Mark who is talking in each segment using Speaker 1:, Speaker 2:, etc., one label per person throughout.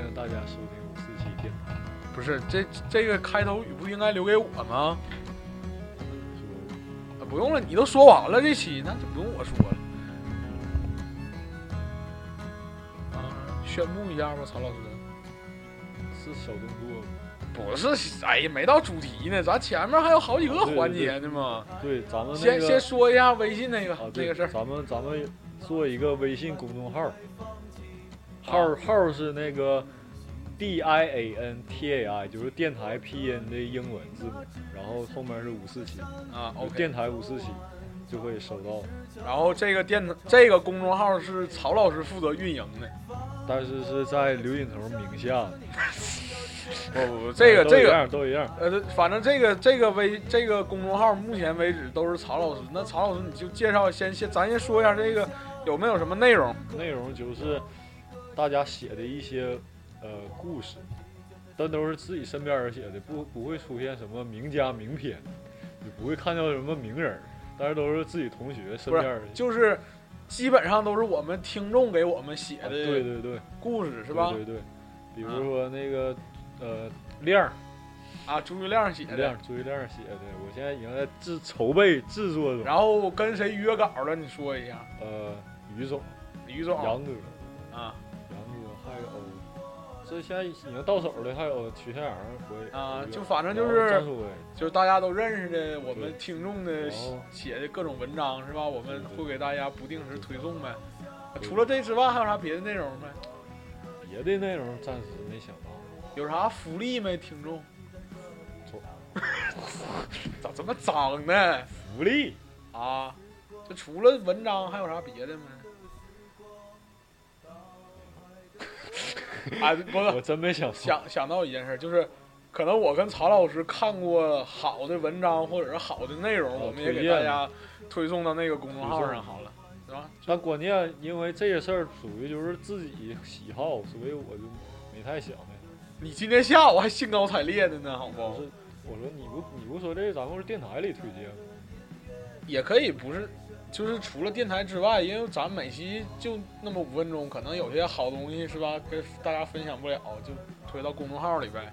Speaker 1: 迎大家收听五四七电台。
Speaker 2: 不是这这个开头语不应该留给我吗？
Speaker 1: 说
Speaker 2: 啊不用了，你都说完了这期，那就不用我说了。啊，宣布一下吧，曹老师。
Speaker 1: 是小东做，
Speaker 2: 不是，哎呀，没到主题呢，咱前面还有好几个
Speaker 1: 啊对
Speaker 2: 环节呢嘛。
Speaker 1: 哦对，咱们那
Speaker 2: 先
Speaker 1: 个
Speaker 2: 先说一下微信那个、
Speaker 1: 啊，
Speaker 2: 那
Speaker 1: 对，
Speaker 2: 个事儿，
Speaker 1: 咱们咱们做一个微信公众号，号号是那个 D I A N T A I，就是电台拼音的英文字母，然后后面是五四七，
Speaker 2: 啊
Speaker 1: 就
Speaker 2: ，OK。
Speaker 1: 电台五四七就会收到。
Speaker 2: 然后这个电这个公众号是曹老师负责运营的。
Speaker 1: 但是是在刘锦头名下，
Speaker 2: 不不不，这个
Speaker 1: 都一
Speaker 2: 这个
Speaker 1: 样都一样。
Speaker 2: 呃，反正这个这个微这个公众号目前为止都是曹老师。那曹老师你就介绍先先，咱先说一下这个有没有什么内容？
Speaker 1: 内容就是大家写的一些呃故事，但都是自己身边人写的，不不会出现什么名家名篇，你不会看到什么名人儿，但是都是自己同学身
Speaker 2: 不是
Speaker 1: 边人写的。
Speaker 2: 就是基本上都是我们听众给我们写
Speaker 1: 啊对
Speaker 2: 的
Speaker 1: 对对，
Speaker 2: 故事，是吧？
Speaker 1: 对对对，比如说那个呃亮儿
Speaker 2: 啊，朱玉亮写
Speaker 1: 亮
Speaker 2: 的。
Speaker 1: 儿朱一亮儿写的，我现在已经在制筹备制作中。
Speaker 2: 然后跟谁约稿了？你说一下，
Speaker 1: 呃，于总、
Speaker 2: 于总
Speaker 1: 杨哥、
Speaker 2: 啊
Speaker 1: 杨哥还有。这现在已经到手的还有曲向阳回
Speaker 2: 啊
Speaker 1: 回，
Speaker 2: 就
Speaker 1: 了
Speaker 2: 反正就
Speaker 1: 然后张
Speaker 2: 是
Speaker 1: 树伟
Speaker 2: 就是大家都认识的
Speaker 1: 对
Speaker 2: 我们听众的
Speaker 1: 然后
Speaker 2: 写的各种文章是吧？我们会给大家不定时推送呗。
Speaker 1: 对
Speaker 2: 除了这之外，还有啥别的内容没？
Speaker 1: 别的内容暂时没想到，
Speaker 2: 有啥福利没，听众
Speaker 1: 错？
Speaker 2: 咋这么脏呢？
Speaker 1: 福利
Speaker 2: 啊，这除了文章还有啥别的吗？ 啊，不是，
Speaker 1: 我真没想到
Speaker 2: 想想到一件事，就是可能我跟曹老师看过好的文章或者是好的内容，
Speaker 1: 哦
Speaker 2: 我们也
Speaker 1: 推
Speaker 2: 给
Speaker 1: 荐
Speaker 2: 大家推送到那个公众号
Speaker 1: 推
Speaker 2: 上
Speaker 1: 送
Speaker 2: 好了，是吧？
Speaker 1: 但关键因为这个事儿属于就是自己喜好，所以我就没太想那
Speaker 2: 你今天下午还兴高采烈的呢，好
Speaker 1: 个。不
Speaker 2: 不？
Speaker 1: 是，我说你不你不说这咱们是电台里推荐吗，
Speaker 2: 也可以不是，就是除了电台之外，因为咱每期就那么五分钟，可能有些好东西是吧，跟大家分享不了，就推到公众号里呗。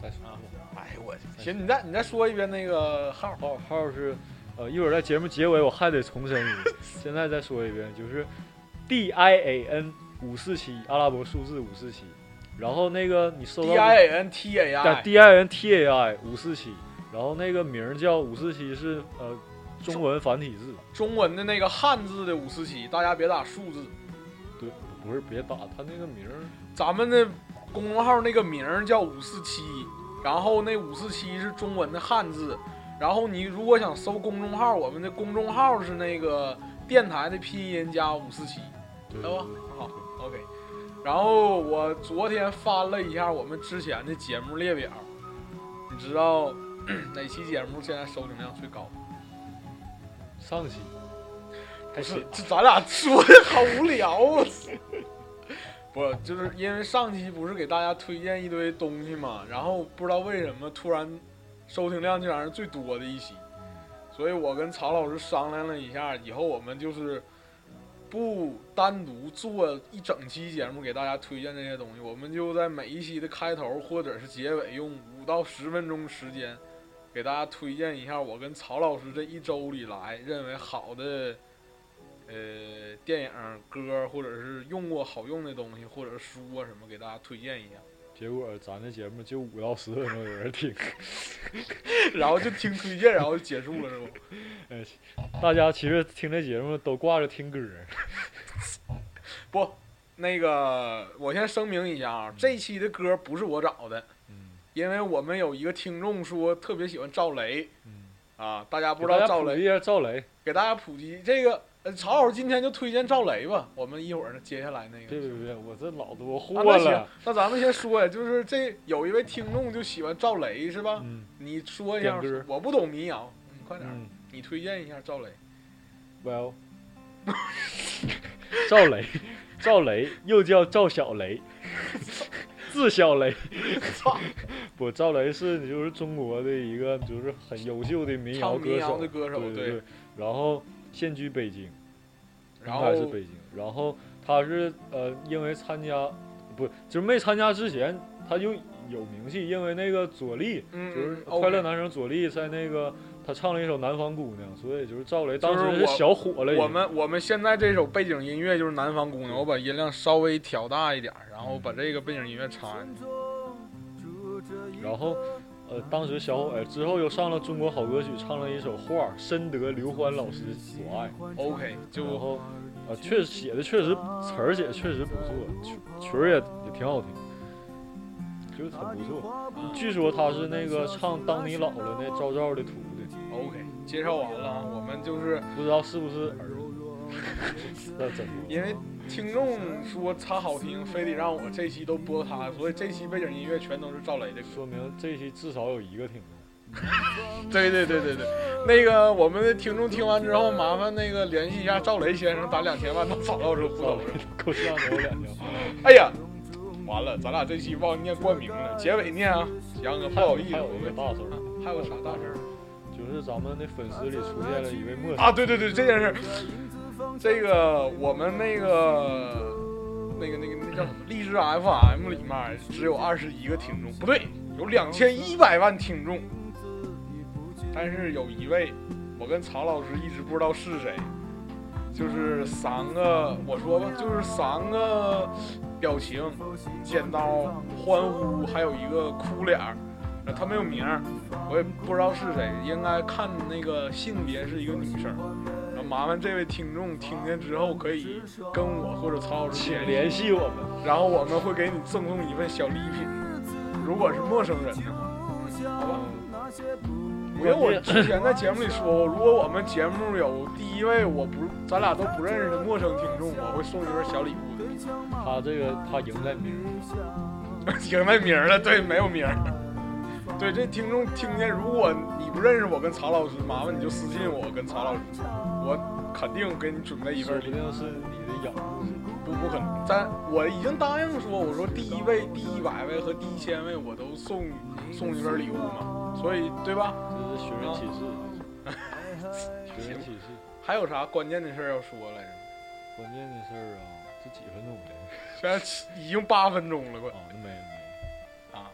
Speaker 1: 再说吧。
Speaker 2: 哎呦我去！行，你再你再说一遍那个号，
Speaker 1: 号号是，呃，一会儿在节目结尾我还得重申一遍，现在再说一遍，就是 D I A N 五四七阿拉伯数字五四七，然后那个你搜到
Speaker 2: D I A N T A
Speaker 1: 在
Speaker 2: I
Speaker 1: D I N T A I 五四七，然后那个名儿叫五四七是呃中文繁体字，
Speaker 2: 中文的那个汉字的五四七，大家别打数字。
Speaker 1: 对，不是别打他那个名儿，
Speaker 2: 咱们的公众号那个名儿叫五四七，然后那五四七是中文的汉字，然后你如果想搜公众号，我们的公众号是那个电台的拼音加五四七，
Speaker 1: 对
Speaker 2: 知道吧？好，OK。然后我昨天翻了一下我们之前的节目列表，你知道 哪期节目现在收听量最高？
Speaker 1: 上期
Speaker 2: 不
Speaker 1: 还
Speaker 2: 是
Speaker 1: 行，
Speaker 2: 这咱俩说的好无聊啊！不，就是因为上期不是给大家推荐一堆东西嘛，然后不知道为什么突然收听量竟然是最多的一期，所以我跟曹老师商量了一下，以后我们就是不单独做一整期节目给大家推荐这些东西，我们就在每一期的开头或者是结尾用五到十分钟时间。给大家推荐一下我跟曹老师这一周里来认为好的呃电影、歌，或者是用过好用的东西，或者是书啊什么，给大家推荐一下。
Speaker 1: 结果咱这节目就五到十分钟有人听，
Speaker 2: 然后就听推荐，然后就结束了，是吧？
Speaker 1: 哎大家其实听这节目都挂着听歌儿，
Speaker 2: 不，那个我先声明一下啊，这期的歌不是我找的，
Speaker 1: 嗯
Speaker 2: 因为我们有一个听众说特别喜欢赵雷
Speaker 1: 嗯，
Speaker 2: 啊，大家不
Speaker 1: 不
Speaker 2: 知道赵
Speaker 1: 赵
Speaker 2: 雷，
Speaker 1: 雷下赵雷，
Speaker 2: 给大家普及这个。呃，曹老师今天就推荐赵雷吧，我们一会儿接下来那个
Speaker 1: 别。别别，我这脑子我
Speaker 2: 啊，
Speaker 1: 豁
Speaker 2: 那行
Speaker 1: 了，，
Speaker 2: 那咱们先说呀，就是这有一位听众就喜欢赵雷是吧？
Speaker 1: 嗯
Speaker 2: 你说一下
Speaker 1: 点歌，
Speaker 2: 我不懂民谣，你快点儿，
Speaker 1: 嗯
Speaker 2: 你推荐一下赵雷。
Speaker 1: ，Well，赵雷，赵雷又叫赵小雷， 字小 雷，
Speaker 2: 操，
Speaker 1: 不，赵雷是就是中国的一个就是很优秀的民谣
Speaker 2: 唱民
Speaker 1: 歌
Speaker 2: 谣
Speaker 1: 手，
Speaker 2: 的歌手，
Speaker 1: 对，然后现居北京，
Speaker 2: 然
Speaker 1: 应该是
Speaker 2: 后
Speaker 1: 北京，然后他是呃因为参加不就是没参加之前他就有名气，因为那个左立
Speaker 2: 嗯，
Speaker 1: 就是
Speaker 2: 嗯
Speaker 1: 快乐
Speaker 2: OK
Speaker 1: 男声左立在那个他唱了一首《南方姑娘》，所以就是赵雷当
Speaker 2: 就
Speaker 1: 时
Speaker 2: 是
Speaker 1: 是
Speaker 2: 我
Speaker 1: 小火了已经。
Speaker 2: 我们我们现在这首背景音乐就是《南方姑娘》，我把音量稍微调大一点儿，然后把这个背景音乐插进去。
Speaker 1: 然后，呃，当时小火、哎、之后又上了《中国好歌曲》，唱了一首《画儿》，深得刘欢老师所爱。
Speaker 2: OK，就
Speaker 1: 然后，呃，确实写的确实词儿写得确实不错，曲曲儿也也挺好听，就是很不错。据说他是那个唱《当你老了》那赵照的徒弟，
Speaker 2: OK，介绍完了啊，我们就是
Speaker 1: 不知道是不是儿子？那真不知道
Speaker 2: 因为听众说他好听，非得让我这期都播他，所以这期背景音乐全都是赵雷的歌。
Speaker 1: 说明这期至少有一个听众。
Speaker 2: 对对对对对，那个我们的听众听完之后，麻烦那个联系一下赵雷先生，打两千万到草到这不
Speaker 1: 赵
Speaker 2: 倒
Speaker 1: 雷
Speaker 2: 是。
Speaker 1: 够呛的，我感觉。
Speaker 2: 哎呀，完了，咱俩这期忘念冠名了，结尾念啊，杨哥不好意思，
Speaker 1: 还有
Speaker 2: 我
Speaker 1: 一个
Speaker 2: 们
Speaker 1: 大事儿，
Speaker 2: 还有啥大事儿？
Speaker 1: 就是咱们的粉丝里出现了一位陌生人。
Speaker 2: 啊，对对对，这件事儿，这个我们那个那个那个那叫什么荔枝 FM 里面只有二十一个听众，不对，有两千一百万听众，但是有一位，我跟曹老师一直不知道是谁，就是三个，我说吧，就是三个表情，剪刀、欢呼，还有一个哭脸儿。啊他没有名儿，我也不知道是谁，应该看那个性别是一个女生。然后麻烦这位听众听见之后可以跟我或者曹老师
Speaker 1: 请
Speaker 2: 联系，
Speaker 1: 联系我们。
Speaker 2: 然后呃我们会给你赠送一份小礼品。如果是陌生人的话，好吧？因为我之前在节目里说过，如果我们节目有第一位我不咱俩都不认识的陌生听众，我会送一份小礼物的。
Speaker 1: 他这个他赢在名儿，
Speaker 2: 听没名儿了，对，没有名儿。对，这听众听见，如果你不认识我跟曹老师，麻烦你就私信我跟曹老师，我肯定给你准备一
Speaker 1: 说
Speaker 2: 份
Speaker 1: 不
Speaker 2: 礼物。
Speaker 1: 定是你的养父。
Speaker 2: 不，不可能，咱我已经答应说，我说第一位、第一百位和第一千位我都送送一份礼物嘛，所以对吧？
Speaker 1: 这是寻人启事，
Speaker 2: 哦
Speaker 1: 寻人启事。
Speaker 2: 还有啥关键的事儿要说来着？
Speaker 1: 关键的事儿啊，这几分钟了
Speaker 2: 现在已经八分钟了，快
Speaker 1: 啊，那没了没
Speaker 2: 啊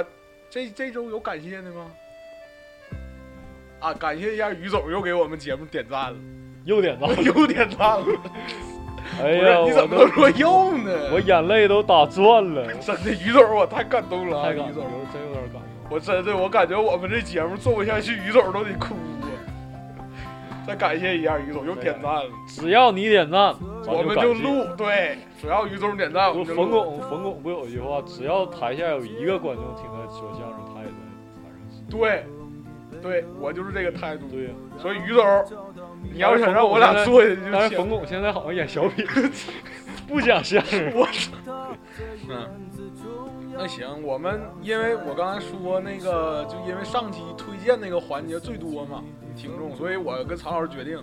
Speaker 2: 啊！这这周有感谢的吗？啊，感谢一下于总又给我们节目点赞了。
Speaker 1: 了，又点到了。
Speaker 2: 又点赞了。
Speaker 1: 哎
Speaker 2: 不是
Speaker 1: 呀，
Speaker 2: 你怎么
Speaker 1: 我
Speaker 2: 能说又呢？
Speaker 1: 都我眼泪都打转 了，
Speaker 2: 真的，于总，我太感动了啊，
Speaker 1: 太感
Speaker 2: 于
Speaker 1: 动
Speaker 2: 总，
Speaker 1: 了，真有点感动。
Speaker 2: 我真的，我感觉我们这节目做不下去，于总都得哭啊。再感谢一下于总，又点赞了，
Speaker 1: 只要你点赞，咱
Speaker 2: 我们
Speaker 1: 感谢
Speaker 2: 就。录。对，只要于总点赞，我
Speaker 1: 不
Speaker 2: 们
Speaker 1: 是
Speaker 2: 就
Speaker 1: 冯
Speaker 2: 录。
Speaker 1: 巩，冯巩不有一句话，只要台下有一个观众听他说相声，他也在台上笑。
Speaker 2: 对，对我就是这个态度。
Speaker 1: 对呀、
Speaker 2: 所以于总，你要是想让我俩做下去，嗯就
Speaker 1: 但是
Speaker 2: 行
Speaker 1: 冯巩现在好像演小品，不讲相声。
Speaker 2: 我操！嗯，那行，我们因为我刚才说那个，就因为上期推荐那个环节最多嘛，听众，所以我跟曹老师决定，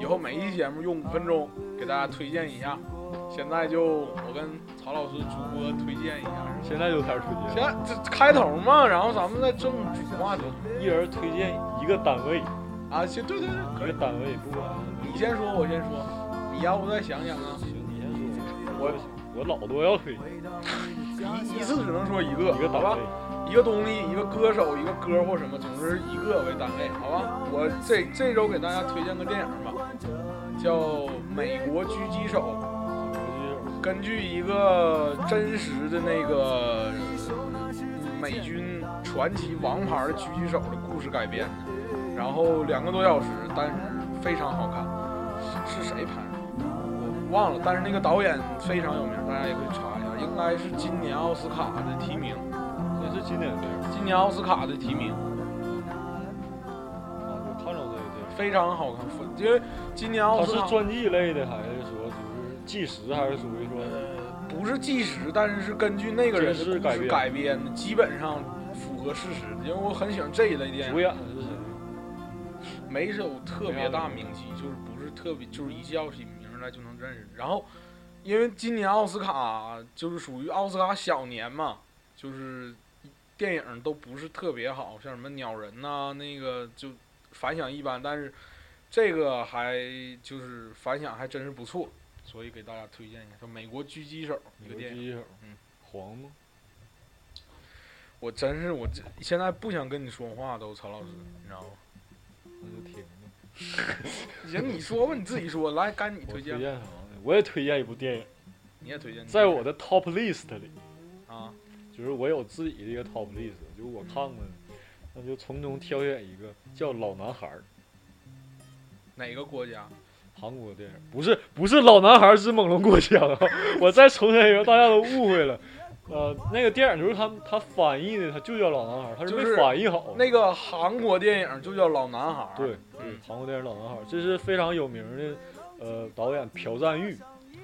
Speaker 2: 以后每一期节目用五分钟给大家推荐一下。现在就我跟曹老师主播推荐一下，是吧
Speaker 1: 现在就开始推荐。
Speaker 2: 现在这开头嘛，然后咱们再正主话题
Speaker 1: 一人推荐一个单位，一
Speaker 2: 啊，行，对对对，可
Speaker 1: 个
Speaker 2: 以，
Speaker 1: 单位，不管
Speaker 2: 你先说，我先说，你要不再想想啊？
Speaker 1: 行，你先说。
Speaker 2: 我
Speaker 1: 我老多要推
Speaker 2: 一一次只能说一个，
Speaker 1: 一个
Speaker 2: 好
Speaker 1: 单
Speaker 2: 吧
Speaker 1: 位？，
Speaker 2: 一个东西，一个歌手，一个歌或什么，总之一个为单位，好吧？我这这周给大家推荐个电影吧，叫《美国狙击手
Speaker 1: 我》，
Speaker 2: 根据一个真实的那个呃美军传奇王牌狙击手的故事改编的，然后两个多小时，但是非常好看。是谁拍的？我忘了，但是那个导演非常有名，大家也可以查一下，应该是今年奥斯卡的提名。
Speaker 1: 就这是经典电影，
Speaker 2: 今年奥斯卡的提名
Speaker 1: 我看着这个电影。
Speaker 2: 非常好看，因为今年奥
Speaker 1: 它
Speaker 2: 斯
Speaker 1: 是
Speaker 2: 卡
Speaker 1: 传记类的，还是说就是纪实，还是属于说
Speaker 2: 呃不是纪实，但是是根据那个人的
Speaker 1: 真实
Speaker 2: 故
Speaker 1: 改
Speaker 2: 事
Speaker 1: 编
Speaker 2: 改编的，基本上符合事实。因为我很喜欢这一类电
Speaker 1: 主
Speaker 2: 影，
Speaker 1: 演的是谁？
Speaker 2: 没有特别大名气，就是不是特别，就是一叫起名来就能认识。然后，因为今年奥斯卡就是属于奥斯卡小年嘛，就是电影都不是特别好，像什么《鸟人》呐，那个就反响一般，但是这个还就是反响还真是不错。所以给大家推荐一下，叫《美国狙击手》一
Speaker 1: 美
Speaker 2: 个
Speaker 1: 国
Speaker 2: 电
Speaker 1: 狙
Speaker 2: 影。
Speaker 1: 击手，
Speaker 2: 嗯，
Speaker 1: 黄吗？
Speaker 2: 我真是我这现在不想跟你说话都，曹老师，你知道吗？
Speaker 1: 那就停了。
Speaker 2: 行，你说吧，你自己说，来，该你
Speaker 1: 我
Speaker 2: 推
Speaker 1: 推
Speaker 2: 荐
Speaker 1: 荐嗯
Speaker 2: 了，
Speaker 1: 什么呢？我也推荐一部电影，
Speaker 2: 你也推荐。
Speaker 1: 在我的 top list 里，
Speaker 2: 啊，
Speaker 1: 就是我有自己的一个 top list，就是我看过的，那就从中挑选一个叫《老男孩》。
Speaker 2: 哪个国家？
Speaker 1: 韩国电影不是不是《老男孩之猛龙过江》啊！ 我再重申一遍，大家都误会了。呃，那个电影就是他他翻译的，他就叫《老男孩》，他是
Speaker 2: 就
Speaker 1: 没
Speaker 2: 是
Speaker 1: 翻译好。
Speaker 2: 那个韩国电影就叫《老男孩》。
Speaker 1: 对，
Speaker 2: 嗯，
Speaker 1: 韩国电影《老男孩》，这是非常有名的，呃，导演朴赞玉，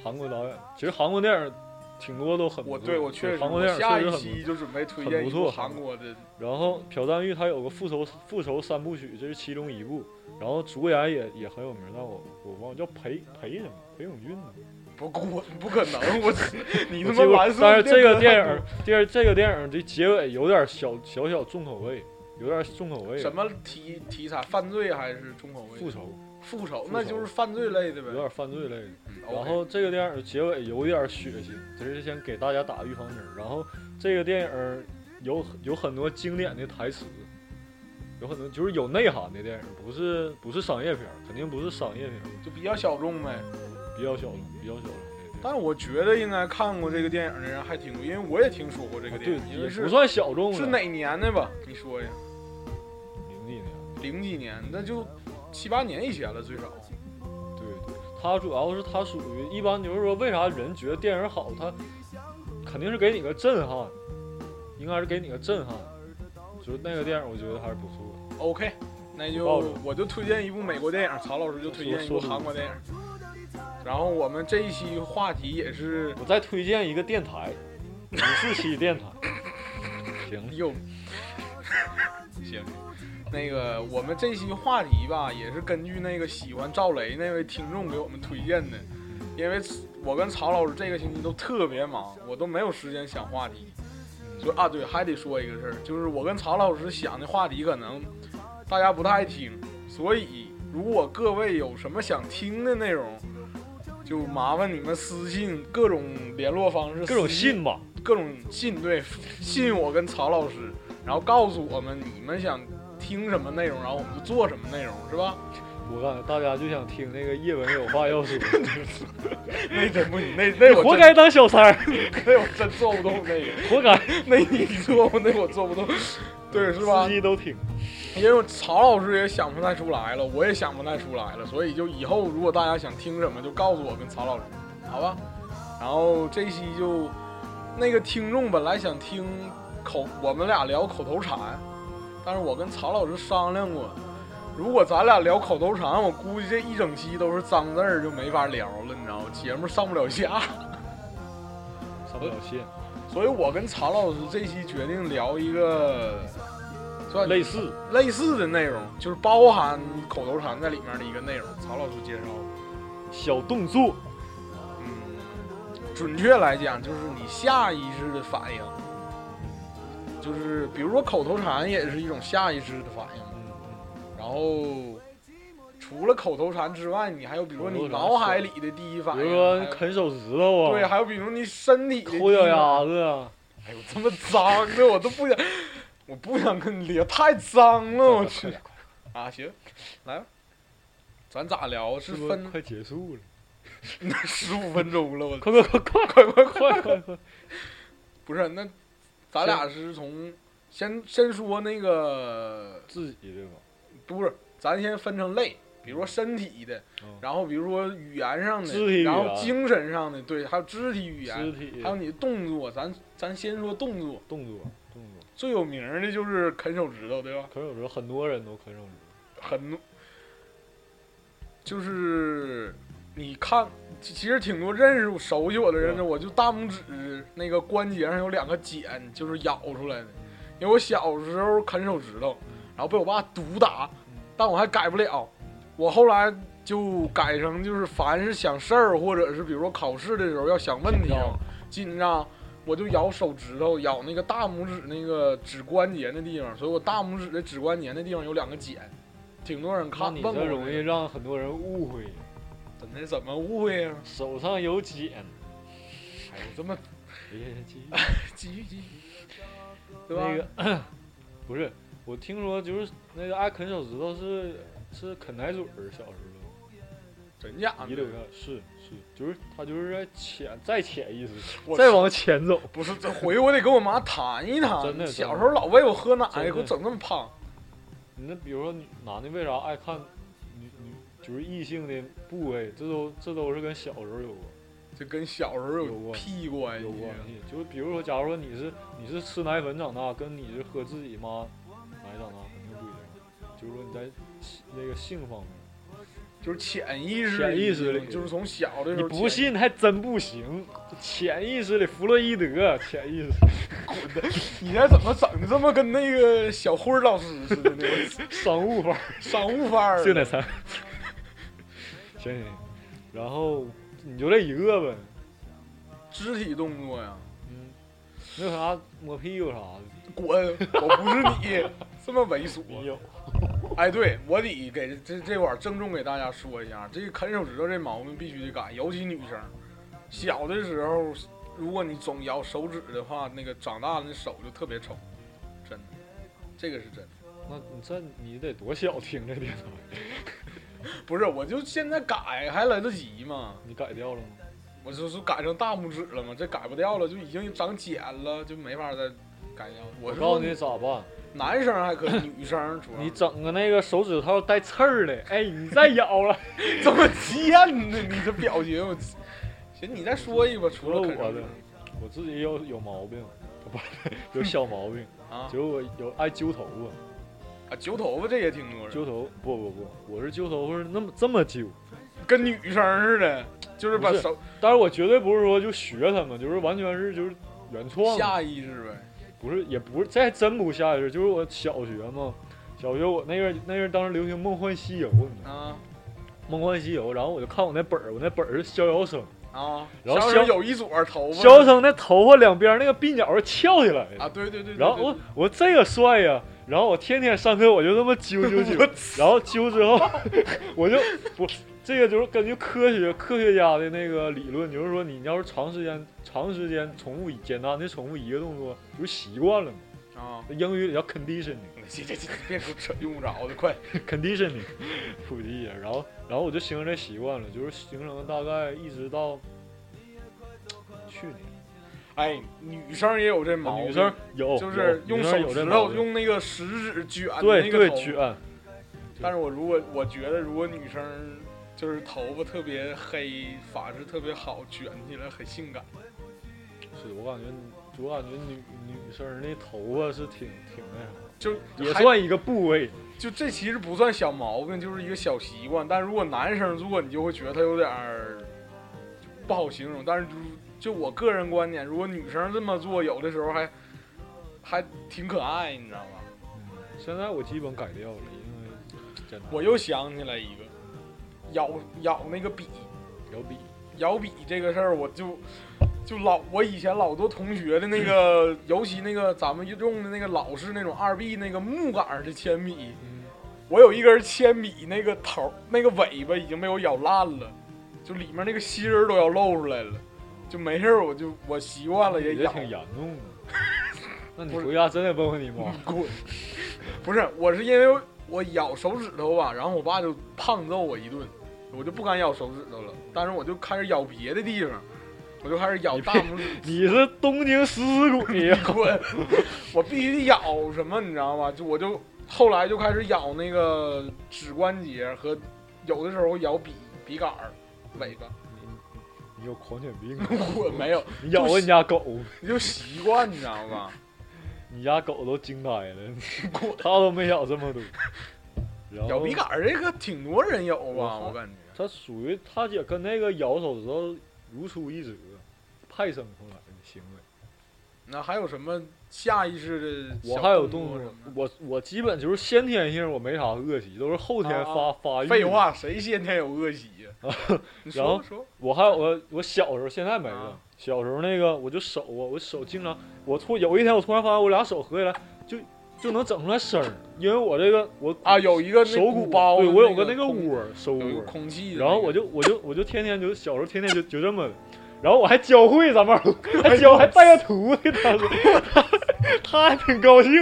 Speaker 1: 韩国导演。其实韩国电影挺多都很不
Speaker 2: 我
Speaker 1: 错，
Speaker 2: 对我确实，
Speaker 1: 韩国
Speaker 2: 我
Speaker 1: 电影
Speaker 2: 下
Speaker 1: 确实
Speaker 2: 一
Speaker 1: 很不错。
Speaker 2: 期就准备推
Speaker 1: 很
Speaker 2: 荐
Speaker 1: 不
Speaker 2: 一部
Speaker 1: 错
Speaker 2: 韩国的，
Speaker 1: 然后朴赞玉他有个复仇复仇三部曲，这是其中一部，然后主演也也很有名，但我我忘了叫裴裴什么裴勇俊呢。
Speaker 2: 不不不可能， 我你他
Speaker 1: 我
Speaker 2: 妈
Speaker 1: 记不
Speaker 2: 蓝色。
Speaker 1: 但是这个电影，电影这个电影的结尾有点小小小重口味，有点重口味。
Speaker 2: 什？么题题材？犯罪还是重口味？
Speaker 1: 复仇，
Speaker 2: 复仇
Speaker 1: 复，
Speaker 2: 那就是犯罪类的呗
Speaker 1: 有。点犯罪类的。
Speaker 2: 嗯
Speaker 1: 然
Speaker 2: OK
Speaker 1: 后这个电影的结尾有点血腥，只是先给大家打预防针。然后这个电影有有很多经典的台词，有很多就是有内涵的电影，不是不是商业片，肯定不是商业片，
Speaker 2: 就比较小众呗。
Speaker 1: 比较小众，比较小众的
Speaker 2: 但是我觉得应该看过这个电影的人还挺多，因为我也听说过这个
Speaker 1: 电影。
Speaker 2: 电影，
Speaker 1: 啊
Speaker 2: 因
Speaker 1: 对，也
Speaker 2: 为
Speaker 1: 不
Speaker 2: 是
Speaker 1: 算小众了。
Speaker 2: 是哪年的吧？你说呀，
Speaker 1: 零几年。
Speaker 2: 零几年，那就七八年以前了最少。
Speaker 1: 对，它主要是它属于一般，就是说为啥人觉得电影好，它肯定是给你个震撼，应该是给你个震撼。就是那个电影，我觉得还是不错。
Speaker 2: OK，那就
Speaker 1: 抱着
Speaker 2: 我就推荐一部美国电影，曹老师就推荐一部
Speaker 1: 说说
Speaker 2: 韩国电影。然后我们这一期话题也是
Speaker 1: 我再推荐一个电台，五四七电 台。行了，
Speaker 2: 又 行，那个我们这期话题吧，也是根据那个喜欢赵雷那位听众给我们推荐的，因为我跟曹老师这个星期都特别忙，我都没有时间想话题。就啊，对，还得说一个事儿，就是我跟曹老师想的话题可能大家不太爱听，所以如果各位有什么想听的内容，就麻烦你们私信各种联络方式，
Speaker 1: 各种
Speaker 2: 私信
Speaker 1: 信吧，
Speaker 2: 各种信，对，信我跟曹老师，然后告诉我们你们想听什么内容，然后我们就做什么内容，是吧？
Speaker 1: 我感觉大家就想听那个叶文有话要说，
Speaker 2: 那真不行，那那 我
Speaker 1: 活
Speaker 2: 真，
Speaker 1: 该当小三儿，
Speaker 2: 那我真做不动那个，
Speaker 1: 活该，
Speaker 2: 那你做 那我做不动，对，是吧
Speaker 1: 司？机都听。
Speaker 2: 因为曹老师也想不太出来了，我也想不太出来了，所以就以后如果大家想听什么，就告诉我跟曹老师，好吧？然后这期就那个听众本来想听口，我们俩聊口头禅，但是我跟曹老师商量过，如果咱俩聊口头禅，我估计这一整期都是脏字儿，就没法聊了，你知道吗？节目上不了架。
Speaker 1: 上不了线，
Speaker 2: 所以我跟曹老师这期决定聊一个算
Speaker 1: 类似
Speaker 2: 类似的内容，就是包含口头禅在里面的一个内容。曹老师介绍，
Speaker 1: 小动作，
Speaker 2: 嗯，准确来讲就是你下意识的反应，就是比如说口头禅也是一种下意识的反应。
Speaker 1: 嗯嗯，
Speaker 2: 然后除了口头禅之外，你还有比如说你
Speaker 1: 口头禅
Speaker 2: 脑海里的第一反
Speaker 1: 比
Speaker 2: 应，
Speaker 1: 如说
Speaker 2: 还有
Speaker 1: 啃手指头啊，
Speaker 2: 对，还有比如你身体的第一
Speaker 1: 抠脚
Speaker 2: 反应
Speaker 1: 丫子啊，
Speaker 2: 哎呦，这么脏的我都不想，我不想跟你聊，太
Speaker 1: 哦
Speaker 2: 脏了，我去。啊，行，来吧，咱咋聊？
Speaker 1: 是
Speaker 2: 是
Speaker 1: 不是
Speaker 2: 分
Speaker 1: 快结束了？
Speaker 2: 十五分钟了，我
Speaker 1: 快快快快快快快快快！
Speaker 2: 不是那，咱俩是从先先说那个
Speaker 1: 自己的吧，
Speaker 2: 不是，咱先分成类，比如说身体的，
Speaker 1: 嗯
Speaker 2: 然后比如说语言上的
Speaker 1: 肢体，语
Speaker 2: 然后
Speaker 1: 言
Speaker 2: 精神上的，对，还有肢体语
Speaker 1: 肢
Speaker 2: 言，
Speaker 1: 体
Speaker 2: 还有你的动作，咱咱先说动作，
Speaker 1: 动作动作，
Speaker 2: 最有名儿的就是啃手指头，对吧？
Speaker 1: 啃手指头很多人都啃手指头，
Speaker 2: 很多，就是你看，其其实挺多认识我、熟悉我的人呢，
Speaker 1: 嗯
Speaker 2: 我就大拇指那个关节上有两个茧，就是咬出来的。因为我小时候啃手指头，然后被我爸毒打，但我还改不了。我后来就改成就是凡是想事儿，或者是比如说考试的时候要想问题啊
Speaker 1: 紧张，
Speaker 2: 紧张，我就咬手指头，咬那个大拇指那个指关节那地方，所以我大拇指的指关节那地方有两个茧，挺多人
Speaker 1: 那
Speaker 2: 看
Speaker 1: 你
Speaker 2: 问
Speaker 1: 这
Speaker 2: 我
Speaker 1: 容易
Speaker 2: 这个
Speaker 1: 让很多人误会。
Speaker 2: 真的怎么误会呀？
Speaker 1: 手上有茧，
Speaker 2: 哎呦，这么
Speaker 1: 别 急。
Speaker 2: 继续继续， 对吧？
Speaker 1: 那个 不是，我听说就是那个爱啃手指头是是啃奶嘴儿，小时候
Speaker 2: 真假
Speaker 1: 遗留下啊
Speaker 2: 的？
Speaker 1: 来是是，就是他就是在潜在潜意识
Speaker 2: 我
Speaker 1: 再往前走，
Speaker 2: 不是，这回我得跟我妈谈一谈。
Speaker 1: 真的
Speaker 2: 小时候老喂我喝奶，
Speaker 1: 真的
Speaker 2: 给我整那么胖。
Speaker 1: 你那比如说女男的为啥爱看女女就是异性的部位，这都这都是跟小时候有关
Speaker 2: 这跟小时候
Speaker 1: 有
Speaker 2: 有
Speaker 1: 关
Speaker 2: 屁关系啊
Speaker 1: 有关系。就是比如说，假如说你是你是吃奶粉长大，跟你是喝自己妈奶长大肯定不一样。就是说你在性那个性方面，
Speaker 2: 就是潜意识，
Speaker 1: 潜意识里
Speaker 2: 就是从小的时
Speaker 1: 你
Speaker 2: 候，
Speaker 1: 不
Speaker 2: 信，
Speaker 1: 信还真不行。这潜意识里，弗洛伊德啊潜意识。
Speaker 2: 你现在怎么整的这么跟那个小辉儿老师似的呢？
Speaker 1: 商务范儿，
Speaker 2: 商务范儿，
Speaker 1: 就那三。 行行，行，然后你就这一个呗，
Speaker 2: 肢体动作呀，
Speaker 1: 嗯，没有啥摸屁股啥的，
Speaker 2: 滚！我不是你，这么猥琐。
Speaker 1: 没有。
Speaker 2: 哎，对我得给这这块儿郑重给大家说一下，这啃手指头这毛病必须得改，尤其女生。小的时候，如果你总咬手指的话，那个长大了那手就特别丑，真的，这个是真的。
Speaker 1: 那你这你得多小听这电台，
Speaker 2: 不是，我就现在改还来得及吗？
Speaker 1: 你改掉了吗？
Speaker 2: 我就是改成大拇指了嘛，这改不掉了，就已经长茧了，就没法再改掉了。我
Speaker 1: 我
Speaker 2: 是
Speaker 1: 告
Speaker 2: 说
Speaker 1: 诉你咋办，
Speaker 2: 男生还可以，女生主要
Speaker 1: 你整个那个手指头带刺儿的，哎，你再咬了。
Speaker 2: 怎么贱呢？你这表情，我行，你再说一个吧。除了啃手指
Speaker 1: 除了我自己有有毛 病，不是有小毛病，
Speaker 2: 啊
Speaker 1: 就是我有爱揪头发，
Speaker 2: 啊，揪头发这也挺多人，
Speaker 1: 揪头不不不，我是揪头发是那么这么揪。
Speaker 2: 跟女生似的，就是把
Speaker 1: 不是
Speaker 2: 手
Speaker 1: 但是我绝对不是说就学他们，就是完全是就是原创的，
Speaker 2: 下意识呗。
Speaker 1: 不是也不是，这还真不下意识，就是我小学嘛，小学我那阵那阵当时流行《梦幻西游》，你知道吗
Speaker 2: 啊
Speaker 1: 《梦幻西游》，然后我就看我那本儿，我那本儿是逍遥生，
Speaker 2: 啊，
Speaker 1: 然后
Speaker 2: 小时
Speaker 1: 肖
Speaker 2: 候有一撮头发，
Speaker 1: 逍遥生那头发两边那个鬓角是翘起来的，
Speaker 2: 啊，对对对，对
Speaker 1: 然后我我这个帅呀、然后我天天上课我就这么揪揪揪，然后揪之后 我就不这个就是根据科学科学家的那个理论，就是说你要是长时间长时间重复一简单的重复一个动作，就是习惯了嘛。
Speaker 2: 对啊，
Speaker 1: 那英语里叫 conditioning，conditioning
Speaker 2: 这这这别说扯用不着的，快
Speaker 1: conditioning 普及一下，然后然后我就形成这习惯了，就是形成了大概一直到去年，
Speaker 2: 哎，女生也有这毛病，
Speaker 1: 女生有
Speaker 2: 就是
Speaker 1: 有
Speaker 2: 用
Speaker 1: 女生有
Speaker 2: 手
Speaker 1: 这
Speaker 2: 指
Speaker 1: 毛
Speaker 2: 头
Speaker 1: 病
Speaker 2: 用那个食指卷
Speaker 1: 对
Speaker 2: 那个
Speaker 1: 对
Speaker 2: 头发，
Speaker 1: 卷，
Speaker 2: 但是我如果我觉得如果女生。就是头发特别黑，发质特别好，卷起来很性感。
Speaker 1: 是我感觉女，我感觉女女生那头发是挺挺那啥，
Speaker 2: 就
Speaker 1: 也
Speaker 2: 还
Speaker 1: 算一个部位。
Speaker 2: 就这其实不算小毛病，就是一个小习惯。但如果男生做，你就会觉得他有点儿就不好形容。但是就就我个人观点，如果女生这么做，有的时候还还挺可爱，你知道吧？
Speaker 1: 现在我基本改掉了，因为简单
Speaker 2: 我又想起来一个，咬咬那个笔，
Speaker 1: 有笔，
Speaker 2: 咬笔这个事儿，我就就老我以前老多同学的那个，尤其那个咱们用的那个老式那种二 B 那个木杆儿的铅笔，
Speaker 1: 嗯，
Speaker 2: 我有一根铅笔，那个头儿、那个尾巴已经被我咬烂了，就里面那个芯儿都要露出来了，就没事儿，我就我习惯了也
Speaker 1: 也
Speaker 2: 咬。
Speaker 1: 挺严 重的。那你
Speaker 2: 不是
Speaker 1: 回家真得问问你 妈，
Speaker 2: 滚！不是，我是因为我咬手指头吧，然后我爸就胖揍我一顿，我就不敢咬手指头了，但是我就开始咬别的地方，我就开始咬
Speaker 1: 你
Speaker 2: 大
Speaker 1: 别
Speaker 2: 拇指。
Speaker 1: 你是东京食尸鬼呀？
Speaker 2: 滚！我必须得咬什么，你知道吗？就我就后来就开始咬那个指关节和有的时候咬笔笔杆儿、尾巴。
Speaker 1: 你你有狂犬病啊？
Speaker 2: 我没有，
Speaker 1: 你咬过你家狗，
Speaker 2: 你就习惯，你知道吗？
Speaker 1: 你家狗都惊呆 了，它都没咬这么多。然后
Speaker 2: 咬笔杆儿这个挺多人有
Speaker 1: 哦我
Speaker 2: 吧，
Speaker 1: 操
Speaker 2: 我感觉。
Speaker 1: 它属于它姐跟那个咬手指头如出一辙，派生出来的行为。
Speaker 2: 那还有什么下意识的？
Speaker 1: 我还有动作
Speaker 2: 作什么，
Speaker 1: 我我基本就是先天性，我没啥恶习，都是后天
Speaker 2: 啊
Speaker 1: 发、发育。
Speaker 2: 废，话，谁先天有恶习呀？ 你
Speaker 1: 哎然
Speaker 2: 说
Speaker 1: 后
Speaker 2: 说，
Speaker 1: 我还有我我小时候，现在没了。
Speaker 2: 啊
Speaker 1: 小时候那个，我就手啊，我手经常，我突有一天我突然发现我俩手合起来就就能整出来声儿，因为我这个我
Speaker 2: 啊，有一个那
Speaker 1: 手
Speaker 2: 鼓
Speaker 1: 鼓
Speaker 2: 包的
Speaker 1: 对
Speaker 2: 那，
Speaker 1: 我有个那
Speaker 2: 个
Speaker 1: 个
Speaker 2: 空
Speaker 1: 窝儿手
Speaker 2: 有一个
Speaker 1: 窝儿，
Speaker 2: 空气的那个，
Speaker 1: 然后我就我就我就天天就小时候天天就就这么，然后我还教会咱们， 还教还带个徒弟，当时 他还挺高兴，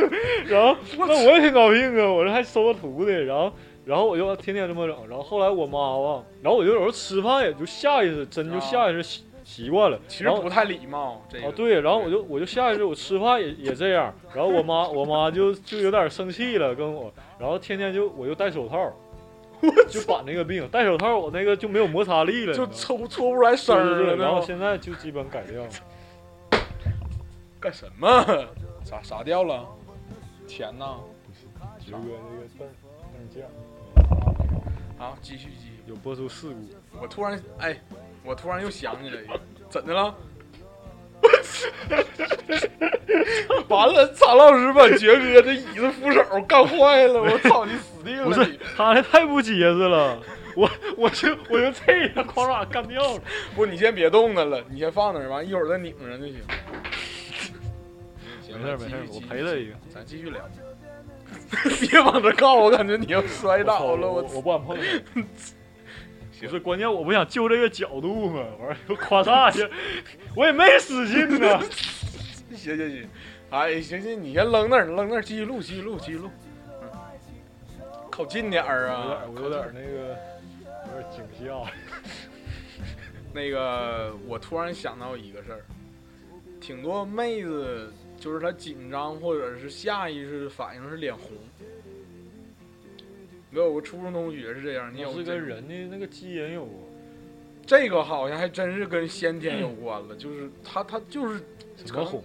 Speaker 1: 然后那我也挺高兴啊，我这还收个徒弟，然后然后我就天天这么整，然后后来我妈吧，然后我就有时候吃饭也就下意识，真就
Speaker 2: 啊
Speaker 1: 下意识习习惯了，
Speaker 2: 其实
Speaker 1: 然后
Speaker 2: 不太礼貌，这个
Speaker 1: 啊，对，然后我就我就下意识我吃饭也也这样，然后我妈我妈就就有点生气了跟我，然后天天就我就戴手套， 就把那个病戴手套我那个就没有摩擦力了，
Speaker 2: 就
Speaker 1: 你知道吗
Speaker 2: 抽搓不出来声
Speaker 1: 对对
Speaker 2: 儿
Speaker 1: 对然后
Speaker 2: 了，对吧
Speaker 1: 现在就基本改掉了，
Speaker 2: 干什么？咋傻掉了？钱呢？
Speaker 1: 九哥那个凳凳架
Speaker 2: 啊，继续继续。
Speaker 1: 有播出事故，
Speaker 2: 我突然哎，我突然又想起来一个，怎的了？ 完了，曹老师把爵哥这椅子扶手干坏了，我操你死定了！
Speaker 1: 不是
Speaker 2: 你
Speaker 1: 他那太不结实了，我我就我就这样哐唰干掉了，
Speaker 2: 不，你先别动它了，你先放那儿，完一会儿再拧上就行。
Speaker 1: 没
Speaker 2: 行
Speaker 1: 事儿没事儿，我赔他一个，
Speaker 2: 咱继续聊。 别往这靠，我感觉你要摔
Speaker 1: 我操
Speaker 2: 倒了，
Speaker 1: 我
Speaker 2: 操！
Speaker 1: 我不敢碰他。 不是，关键我不想就这个角度嘛，完又夸大去，我也没啊使劲呢。
Speaker 2: 行行行，哎，行行，你先扔那儿，扔那儿，继续录，继续录，继续录。嗯靠近点儿啊！
Speaker 1: 我有点儿那个，有点惊吓。
Speaker 2: 那个，我突然想到一个事儿，挺多妹子就是她紧张或者是下意识反应是脸红。我有个初中同学是这样，你有
Speaker 1: 是
Speaker 2: 这
Speaker 1: 跟
Speaker 2: 种
Speaker 1: 人的那个基因有啊关，
Speaker 2: 这个好像还真是跟先天有关 了，就是她她就是
Speaker 1: 什么红？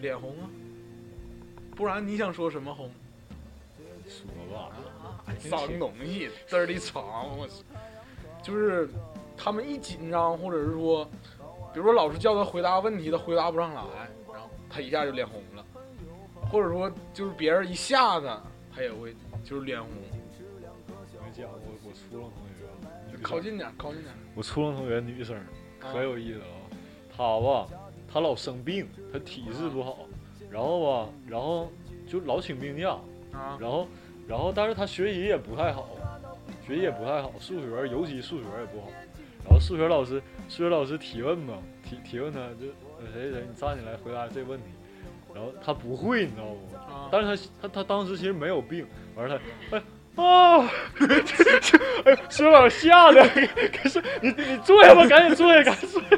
Speaker 2: 脸红啊，不然你想说什么红？
Speaker 1: 说吧，
Speaker 2: 啊 脏东西，字儿里藏，我操！就是他们一紧张，或者是说，比如说老师叫他回答问题，他回答不上来，然后他一下就脸红了，或者说就是别人一吓他，他也会就是脸红。
Speaker 1: 没讲过我初中同学，女生
Speaker 2: 靠。近点，靠近点。
Speaker 1: 我初中同学女生
Speaker 2: 啊
Speaker 1: 可有意思啊，她吧，她老生病，她体质不好，然后吧，然后就老请病假，
Speaker 2: 啊
Speaker 1: 然后，然后，但是他学习也不太好，学习也不太好，数学尤其数学也不好。然后数学老师，数学老师提问嘛，提提问他就呃谁谁你站起来回答这问题，然后他不会，你知道不？
Speaker 2: 啊！
Speaker 1: 但是他他他当时其实没有病，完了他哎啊， 哎呦，数学老师吓得，可是你你坐下吧，赶紧坐下，赶紧坐下。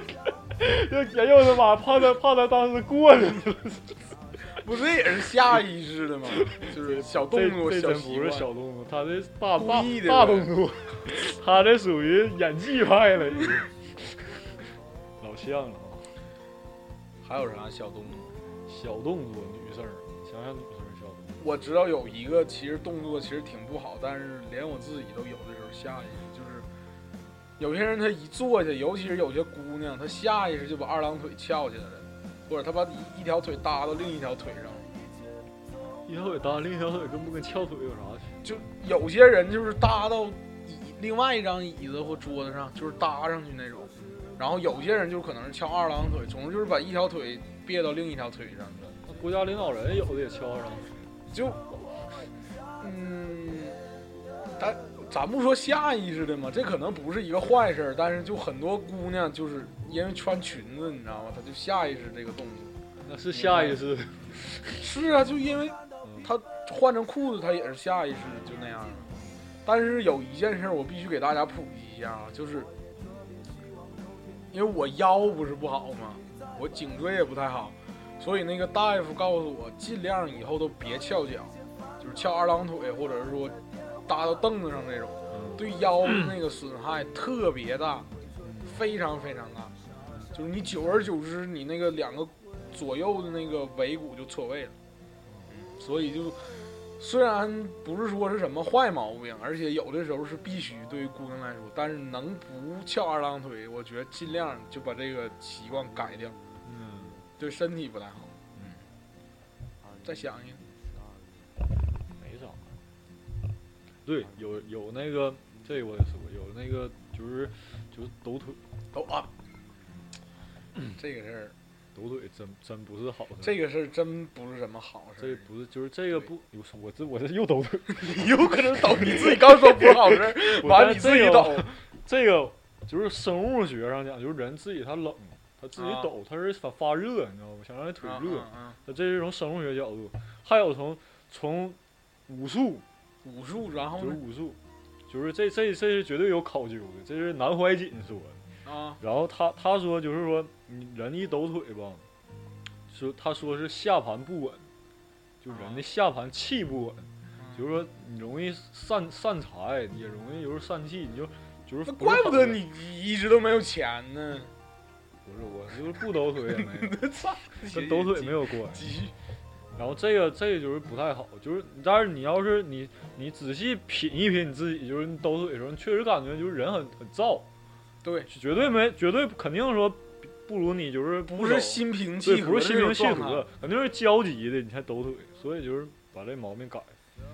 Speaker 1: 就哎呦我的妈，怕他怕他当时过去了，
Speaker 2: 不是也是下意识的吗？就是小动作、
Speaker 1: 这这
Speaker 2: 小
Speaker 1: 真
Speaker 2: 习
Speaker 1: 不是
Speaker 2: 惯。
Speaker 1: 小动作，他这大大
Speaker 2: 故意的
Speaker 1: 大动作，他这属于演技派了，已经老像了啊。
Speaker 2: 还有啥小动作？
Speaker 1: 小动作女生儿，想想女生儿小动作，
Speaker 2: 我知道有一个其实动作其实挺不好，但是连我自己都有的时候下意识就是，有些人他一坐下，尤其是有些姑娘，她下意识就把二郎腿翘起来了，或者她把一一条腿搭到另一条腿上，
Speaker 1: 一条腿搭，另一条腿跟不跟翘腿有啥区别？
Speaker 2: 就有些人就是搭到椅另外一张椅子或桌子上，就是搭上去那种，然后有些人就可能是翘二郎腿，总之就是把一条腿别到另一条腿上去了，
Speaker 1: 那国家领导人有的也翘二郎腿，
Speaker 2: 就，嗯，咱咱不说下意识的嘛，这可能不是一个坏事儿，但是就很多姑娘就是因为穿裙子，你知道吗？她就下意识这个动作。
Speaker 1: 那是下意识的。
Speaker 2: 是啊，就因为
Speaker 1: 嗯
Speaker 2: 她换成裤子，她也是下意识就那样的。但是有一件事儿我必须给大家普及一下啊，就是因为我腰不是不好嘛，我颈椎也不太好，所以那个大夫告诉我，尽量以后都别翘脚，就是翘二郎腿，或者是说搭到凳子上那种，
Speaker 1: 嗯
Speaker 2: 对腰的那个损害特别大，
Speaker 1: 嗯
Speaker 2: 非常非常大。就是你久而久之，你那个两个左右的那个尾骨就错位了，嗯所以就虽然不是说是什么坏毛病，而且有的时候是必须对于姑娘来说，但是能不翘二郎腿，我觉得尽量就把这个习惯改掉，
Speaker 1: 嗯，
Speaker 2: 对身体不太好。
Speaker 1: 嗯，
Speaker 2: 啊，再想一个，
Speaker 1: 没啥。对，有有那个，这我得说，有那个就是就是抖腿，嗯
Speaker 2: 都啊，这个事儿
Speaker 1: 抖腿真真不是好事儿。
Speaker 2: 这个事儿真不是什么好事
Speaker 1: 这
Speaker 2: 儿。
Speaker 1: 不是就是这个不，我我这我这又抖 腿，
Speaker 2: 你有可能抖，你自己刚说不是好事儿，
Speaker 1: 我
Speaker 2: 完
Speaker 1: 在
Speaker 2: 了你自己
Speaker 1: 这个
Speaker 2: 抖。
Speaker 1: 这个就是生物学上讲，就是人自己他冷，他自己
Speaker 2: 啊
Speaker 1: 抖，他是发发热，你知道吗？想让你腿
Speaker 2: 嗯
Speaker 1: 热，
Speaker 2: 嗯嗯
Speaker 1: 那这是从生物学角度，还有从从武术，
Speaker 2: 武术，然后
Speaker 1: 就是
Speaker 2: 呢
Speaker 1: 武术，就是这这这是绝对有考究的，这是南怀瑾说的。
Speaker 2: 啊
Speaker 1: 然后他他说就是说你人一抖腿吧，说他说是下盘不稳，就人的下盘气不稳，
Speaker 2: 嗯
Speaker 1: 就是说你容易散散财，也容易就是散气，你就就是
Speaker 2: 那
Speaker 1: 是
Speaker 2: 怪不
Speaker 1: 好
Speaker 2: 得
Speaker 1: 的
Speaker 2: 你一直都没有钱呢。
Speaker 1: 不是我就是不抖腿 也没有，
Speaker 2: 操，
Speaker 1: 跟抖腿没有关系。
Speaker 2: 继续。
Speaker 1: 然后这个这个就是不太好，就是但是你要是你你仔细品一品你自己，就是你抖腿的时候，你确实感觉就是人很很燥，
Speaker 2: 对，
Speaker 1: 绝对没绝对肯定说比不如你就是
Speaker 2: 不
Speaker 1: 抖
Speaker 2: 是心平
Speaker 1: 对
Speaker 2: 气和，
Speaker 1: 不是心平气和，，肯定是焦急的，你才抖腿，所以就是把这毛病改。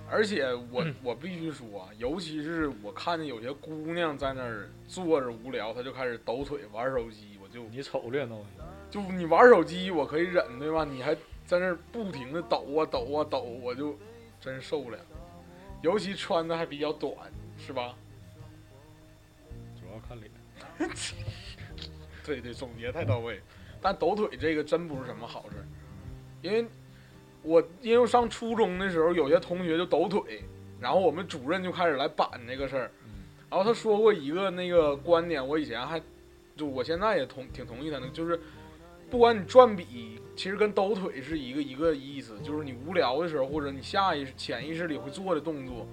Speaker 2: 而且我
Speaker 1: 嗯
Speaker 2: 我必须说啊，尤其是我看见有些姑娘在那儿坐着无聊，她就开始抖腿玩手机，我就
Speaker 1: 你瞅这东西，
Speaker 2: 就你玩手机我可以忍对吧？你还在那儿不停的抖啊抖啊抖，我就真受不了。尤其穿的还比较短，是吧？
Speaker 1: 主要看脸。
Speaker 2: 对对，总结太到位。但抖腿这个真不是什么好事儿，因为我因为我上初中的时候，有些同学就抖腿，然后我们主任就开始来板这个事儿。
Speaker 1: 嗯
Speaker 2: 然后他说过一个那个观点，我以前还就我现在也同挺同意他的，就是不管你转笔，其实跟抖腿是一个一个意思，就是你无聊的时候或者你下意识潜意识里会做的动作。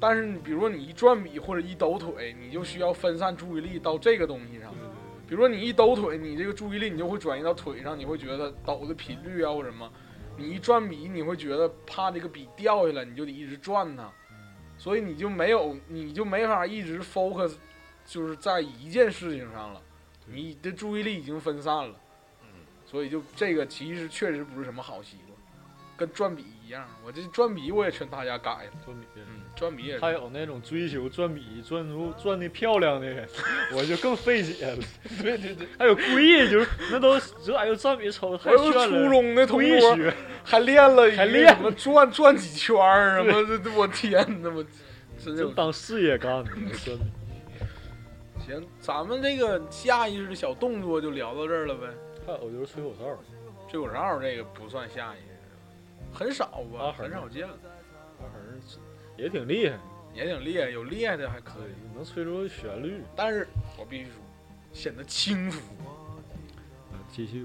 Speaker 2: 但是你比如说你一转笔或者一抖腿，你就需要分散注意力到这个东西上
Speaker 1: 对。对对，
Speaker 2: 比如说你一抖腿，你这个注意力你就会转移到腿上，你会觉得抖的频率啊或什么。你一转笔，你会觉得怕这个笔掉下来，你就得一直转它，所以你就没有，你就没法一直 focus，就是在一件事情上了，
Speaker 1: 对
Speaker 2: 你的注意力已经分散了。所以就这个其实确实不是什么好习惯，跟转笔一样。我这转笔我也劝大家改了，
Speaker 1: 转笔。
Speaker 2: 嗯，转笔也
Speaker 1: 还
Speaker 2: 是。
Speaker 1: 有那种追求转笔转出转的漂亮的 人，我就更费解了。
Speaker 2: 对对对，
Speaker 1: 还有故意就是那都就哎呦转笔瞅着
Speaker 2: 我
Speaker 1: 太炫
Speaker 2: 有个
Speaker 1: 了，
Speaker 2: 初中的同
Speaker 1: 故意
Speaker 2: 桌，
Speaker 1: 学，
Speaker 2: 还练了一个
Speaker 1: 还练
Speaker 2: 什么转转几圈儿啊什么的，我天呐，我 真
Speaker 1: 真
Speaker 2: 有
Speaker 1: 当事业干的，真的。
Speaker 2: 行，咱们这个下意识的小动作就聊到这儿了呗。
Speaker 1: 还有就是吹口哨，
Speaker 2: 吹口哨这个不算下意识，很少吧，
Speaker 1: 啊
Speaker 2: 很少见，
Speaker 1: 那反正也挺厉害，
Speaker 2: 也挺厉害，有厉害的还可
Speaker 1: 对
Speaker 2: 以，，
Speaker 1: 能吹出旋律。
Speaker 2: 但是我必须说，显得轻浮。
Speaker 1: 啊继续，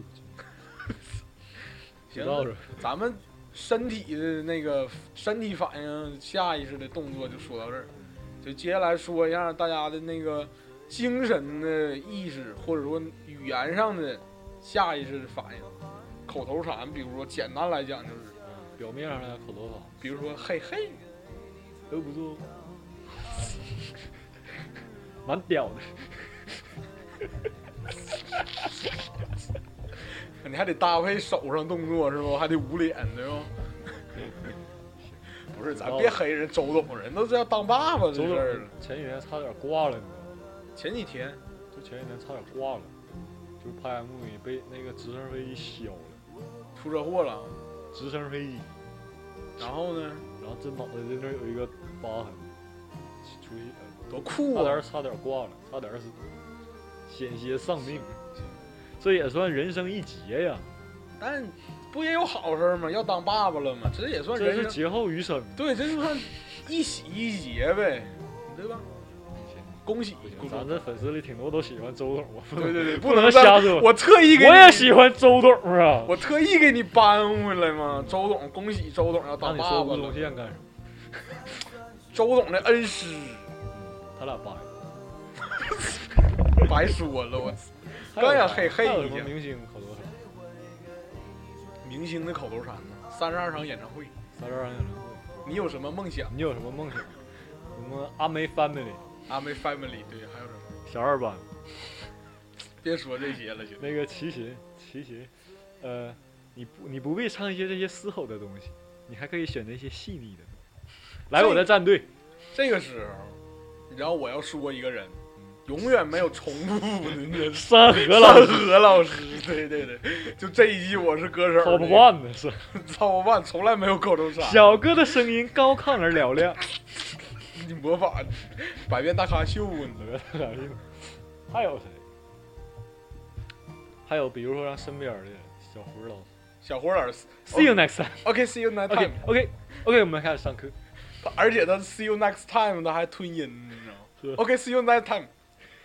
Speaker 2: 行，
Speaker 1: 到这儿。
Speaker 2: 咱们身体的那个身体反应、下意识的动作就说到这儿，就接下来说一下大家的那个精神的意识，或者说语言上的下意识的反应。口头禅，比如说简单来讲就是，
Speaker 1: 表面上来口头禅，
Speaker 2: 比如说嘿哎嘿，
Speaker 1: 都不住， 蛮屌的。
Speaker 2: 你还得搭配手上动作是吧？还得捂脸对吧？不是，咱别黑人周董，人都这要当爸爸的事
Speaker 1: 周
Speaker 2: 儿了。
Speaker 1: 董前几天差点挂了，你知
Speaker 2: 前几天
Speaker 1: 道吗？就前几天差点挂了，就是拍 MV 被那个直升飞机削了，
Speaker 2: 出车祸了，
Speaker 1: 直升飞机，
Speaker 2: 然后呢，
Speaker 1: 然后这脑袋这那儿有一个疤痕，出血了，
Speaker 2: 多酷
Speaker 1: 差点
Speaker 2: 啊！
Speaker 1: 差点挂了，差点死，险些丧命。这也算人生一劫呀，
Speaker 2: 但不也有好事儿吗？要当爸爸了吗？这也算
Speaker 1: 这是
Speaker 2: 人生，
Speaker 1: 劫后余生。
Speaker 2: 对，这就算一喜一劫呗，对吧？恭喜
Speaker 1: 不，行，
Speaker 2: 恭喜！
Speaker 1: 咱这粉丝里挺多都喜欢周董， 我不
Speaker 2: 对对对，
Speaker 1: 不
Speaker 2: 能
Speaker 1: 能
Speaker 2: 再
Speaker 1: 瞎说。
Speaker 2: 我特意给你
Speaker 1: 我也喜欢周董啊。
Speaker 2: 我特意给你搬回来嘛。周董，恭喜周董
Speaker 1: 那
Speaker 2: 要当
Speaker 1: 你
Speaker 2: 爸
Speaker 1: 说
Speaker 2: 爸
Speaker 1: 吴宗
Speaker 2: 了，
Speaker 1: 宪干什么？
Speaker 2: 周董的恩师，
Speaker 1: 他俩掰。
Speaker 2: 白说了我。
Speaker 1: 还有
Speaker 2: 刚想
Speaker 1: 啥
Speaker 2: 嘿嘿
Speaker 1: 还有什
Speaker 2: 一
Speaker 1: 么
Speaker 2: 下
Speaker 1: 明星口头禅？
Speaker 2: 明星的口头禅呢？三十二场演唱会，
Speaker 1: 三十二演唱会，
Speaker 2: 你有什么梦想？
Speaker 1: 你有什么梦想？什么阿梅 family
Speaker 2: 阿妹 family 对，还有什么？
Speaker 1: 小二班
Speaker 2: 别说这些了，行。
Speaker 1: 那个齐秦齐秦，呃，你不你不必唱一些这些嘶吼的东西，你还可以选择一些细腻的。来，
Speaker 2: 这
Speaker 1: 我的战队，
Speaker 2: 这个时候，你知道我要说一个人
Speaker 1: 嗯，
Speaker 2: 永远没有重 复的那个。
Speaker 1: 山河老
Speaker 2: 三
Speaker 1: 师
Speaker 2: 河老师，对对对，就这一季我是歌手，
Speaker 1: 好不，惯呢是。
Speaker 2: 操不惯，从来没有高中生。
Speaker 1: 小哥的声音高亢而嘹亮，
Speaker 2: 你模仿百变大咖秀啊呢？
Speaker 1: 还有谁？还有比如说让身边的人小胡老师。
Speaker 2: 小伙儿
Speaker 1: See you next time.
Speaker 2: ，OK，see you next
Speaker 1: OK
Speaker 2: time。
Speaker 1: OK OK，我们开始上课。
Speaker 2: 而且他 see you next time，他还吞音，你知道
Speaker 1: 是
Speaker 2: 吗？OK，see you next time，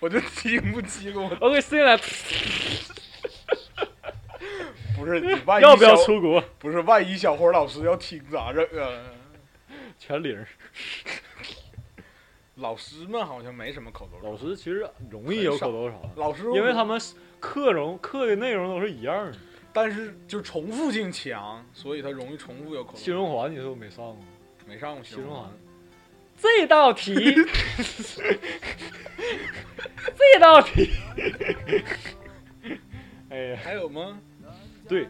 Speaker 2: 我就听不清我
Speaker 1: OK See you next。
Speaker 2: 不 是你万一
Speaker 1: 要不要
Speaker 2: 小
Speaker 1: 出国？
Speaker 2: 不是万一小伙儿老师要听咋整啊？
Speaker 1: 全零。
Speaker 2: 老师们好像没什么口头
Speaker 1: 老
Speaker 2: 禅，
Speaker 1: 师其实容易有口头禅，
Speaker 2: 老师
Speaker 1: 因为他们课容课的内容都是一样的。
Speaker 2: 但是就重复性强，所以他容易重复有口头
Speaker 1: 新
Speaker 2: 禅。
Speaker 1: 中环你是不是没上过？
Speaker 2: 没上过
Speaker 1: 新中
Speaker 2: 环
Speaker 1: 环，这道题， 这道题，哎呀，
Speaker 2: 还有吗？
Speaker 1: 对，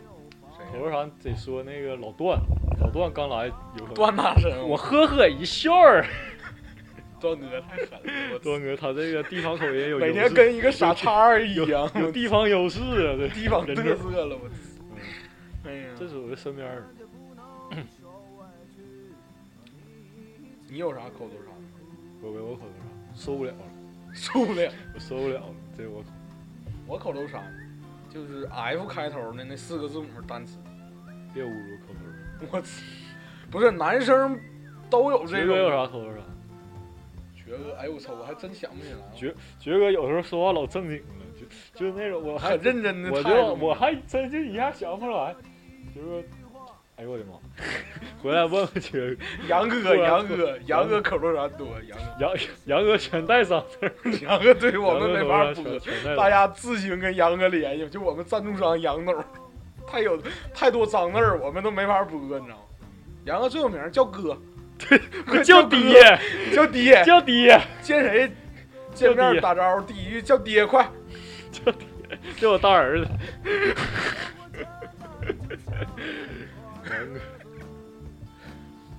Speaker 2: 谁
Speaker 1: 口
Speaker 2: 呀
Speaker 1: 头禅得说那个老段，老段刚来有可能。
Speaker 2: 段大神，
Speaker 1: 我呵呵一笑儿，
Speaker 2: 段哥太狠了，我
Speaker 1: 段哥他这个地方口音有
Speaker 2: 每
Speaker 1: 优
Speaker 2: 天
Speaker 1: 势
Speaker 2: 跟一个傻叉儿一
Speaker 1: 有
Speaker 2: 样，
Speaker 1: 有地方优势啊，对，
Speaker 2: 地方
Speaker 1: 人
Speaker 2: 嘚
Speaker 1: 家
Speaker 2: 瑟了，我操。哎呀，
Speaker 1: 这是我的身边儿
Speaker 2: 你有啥口头禅？
Speaker 1: 我我我口头禅受不了了，
Speaker 2: 受不了。
Speaker 1: 我受不了了，这我口
Speaker 2: 我口头禅就是 F 开头的那四个字母单词。
Speaker 1: 别侮辱口头禅，
Speaker 2: 我操，不是男生都有这
Speaker 1: 爵哥有
Speaker 2: 个。
Speaker 1: 啥口头禅？
Speaker 2: 爵哥，哎呦我操，我还真想不起来了。
Speaker 1: 爵爵哥有时候说话老正经了，就就是那种我还
Speaker 2: 很认真的
Speaker 1: 我
Speaker 2: 态
Speaker 1: 就
Speaker 2: 度，
Speaker 1: 我还真就一下想不出来，就是，哎呦我的妈！ 回来问问去，
Speaker 2: 杨哥，
Speaker 1: 突然
Speaker 2: 杨哥，杨
Speaker 1: 杨
Speaker 2: 哥
Speaker 1: 哥
Speaker 2: 口头禅多，杨哥，
Speaker 1: 杨杨哥全带上，
Speaker 2: 杨哥对 我们没法
Speaker 1: 杨哥
Speaker 2: 播
Speaker 1: 头上全，全带
Speaker 2: 大
Speaker 1: 上。
Speaker 2: 家自行跟杨哥联系，就我们赞助商杨总，太有太多脏字儿，我们都没法播，你知道吗？杨哥最有名叫 哥，
Speaker 1: 我
Speaker 2: 叫
Speaker 1: 叫
Speaker 2: 哥
Speaker 1: 爹，
Speaker 2: 叫爹，
Speaker 1: 叫爹，
Speaker 2: 见谁见
Speaker 1: 叫
Speaker 2: 面
Speaker 1: 爹
Speaker 2: 打招呼第一句叫爹，快！
Speaker 1: 这我大儿子。 杨哥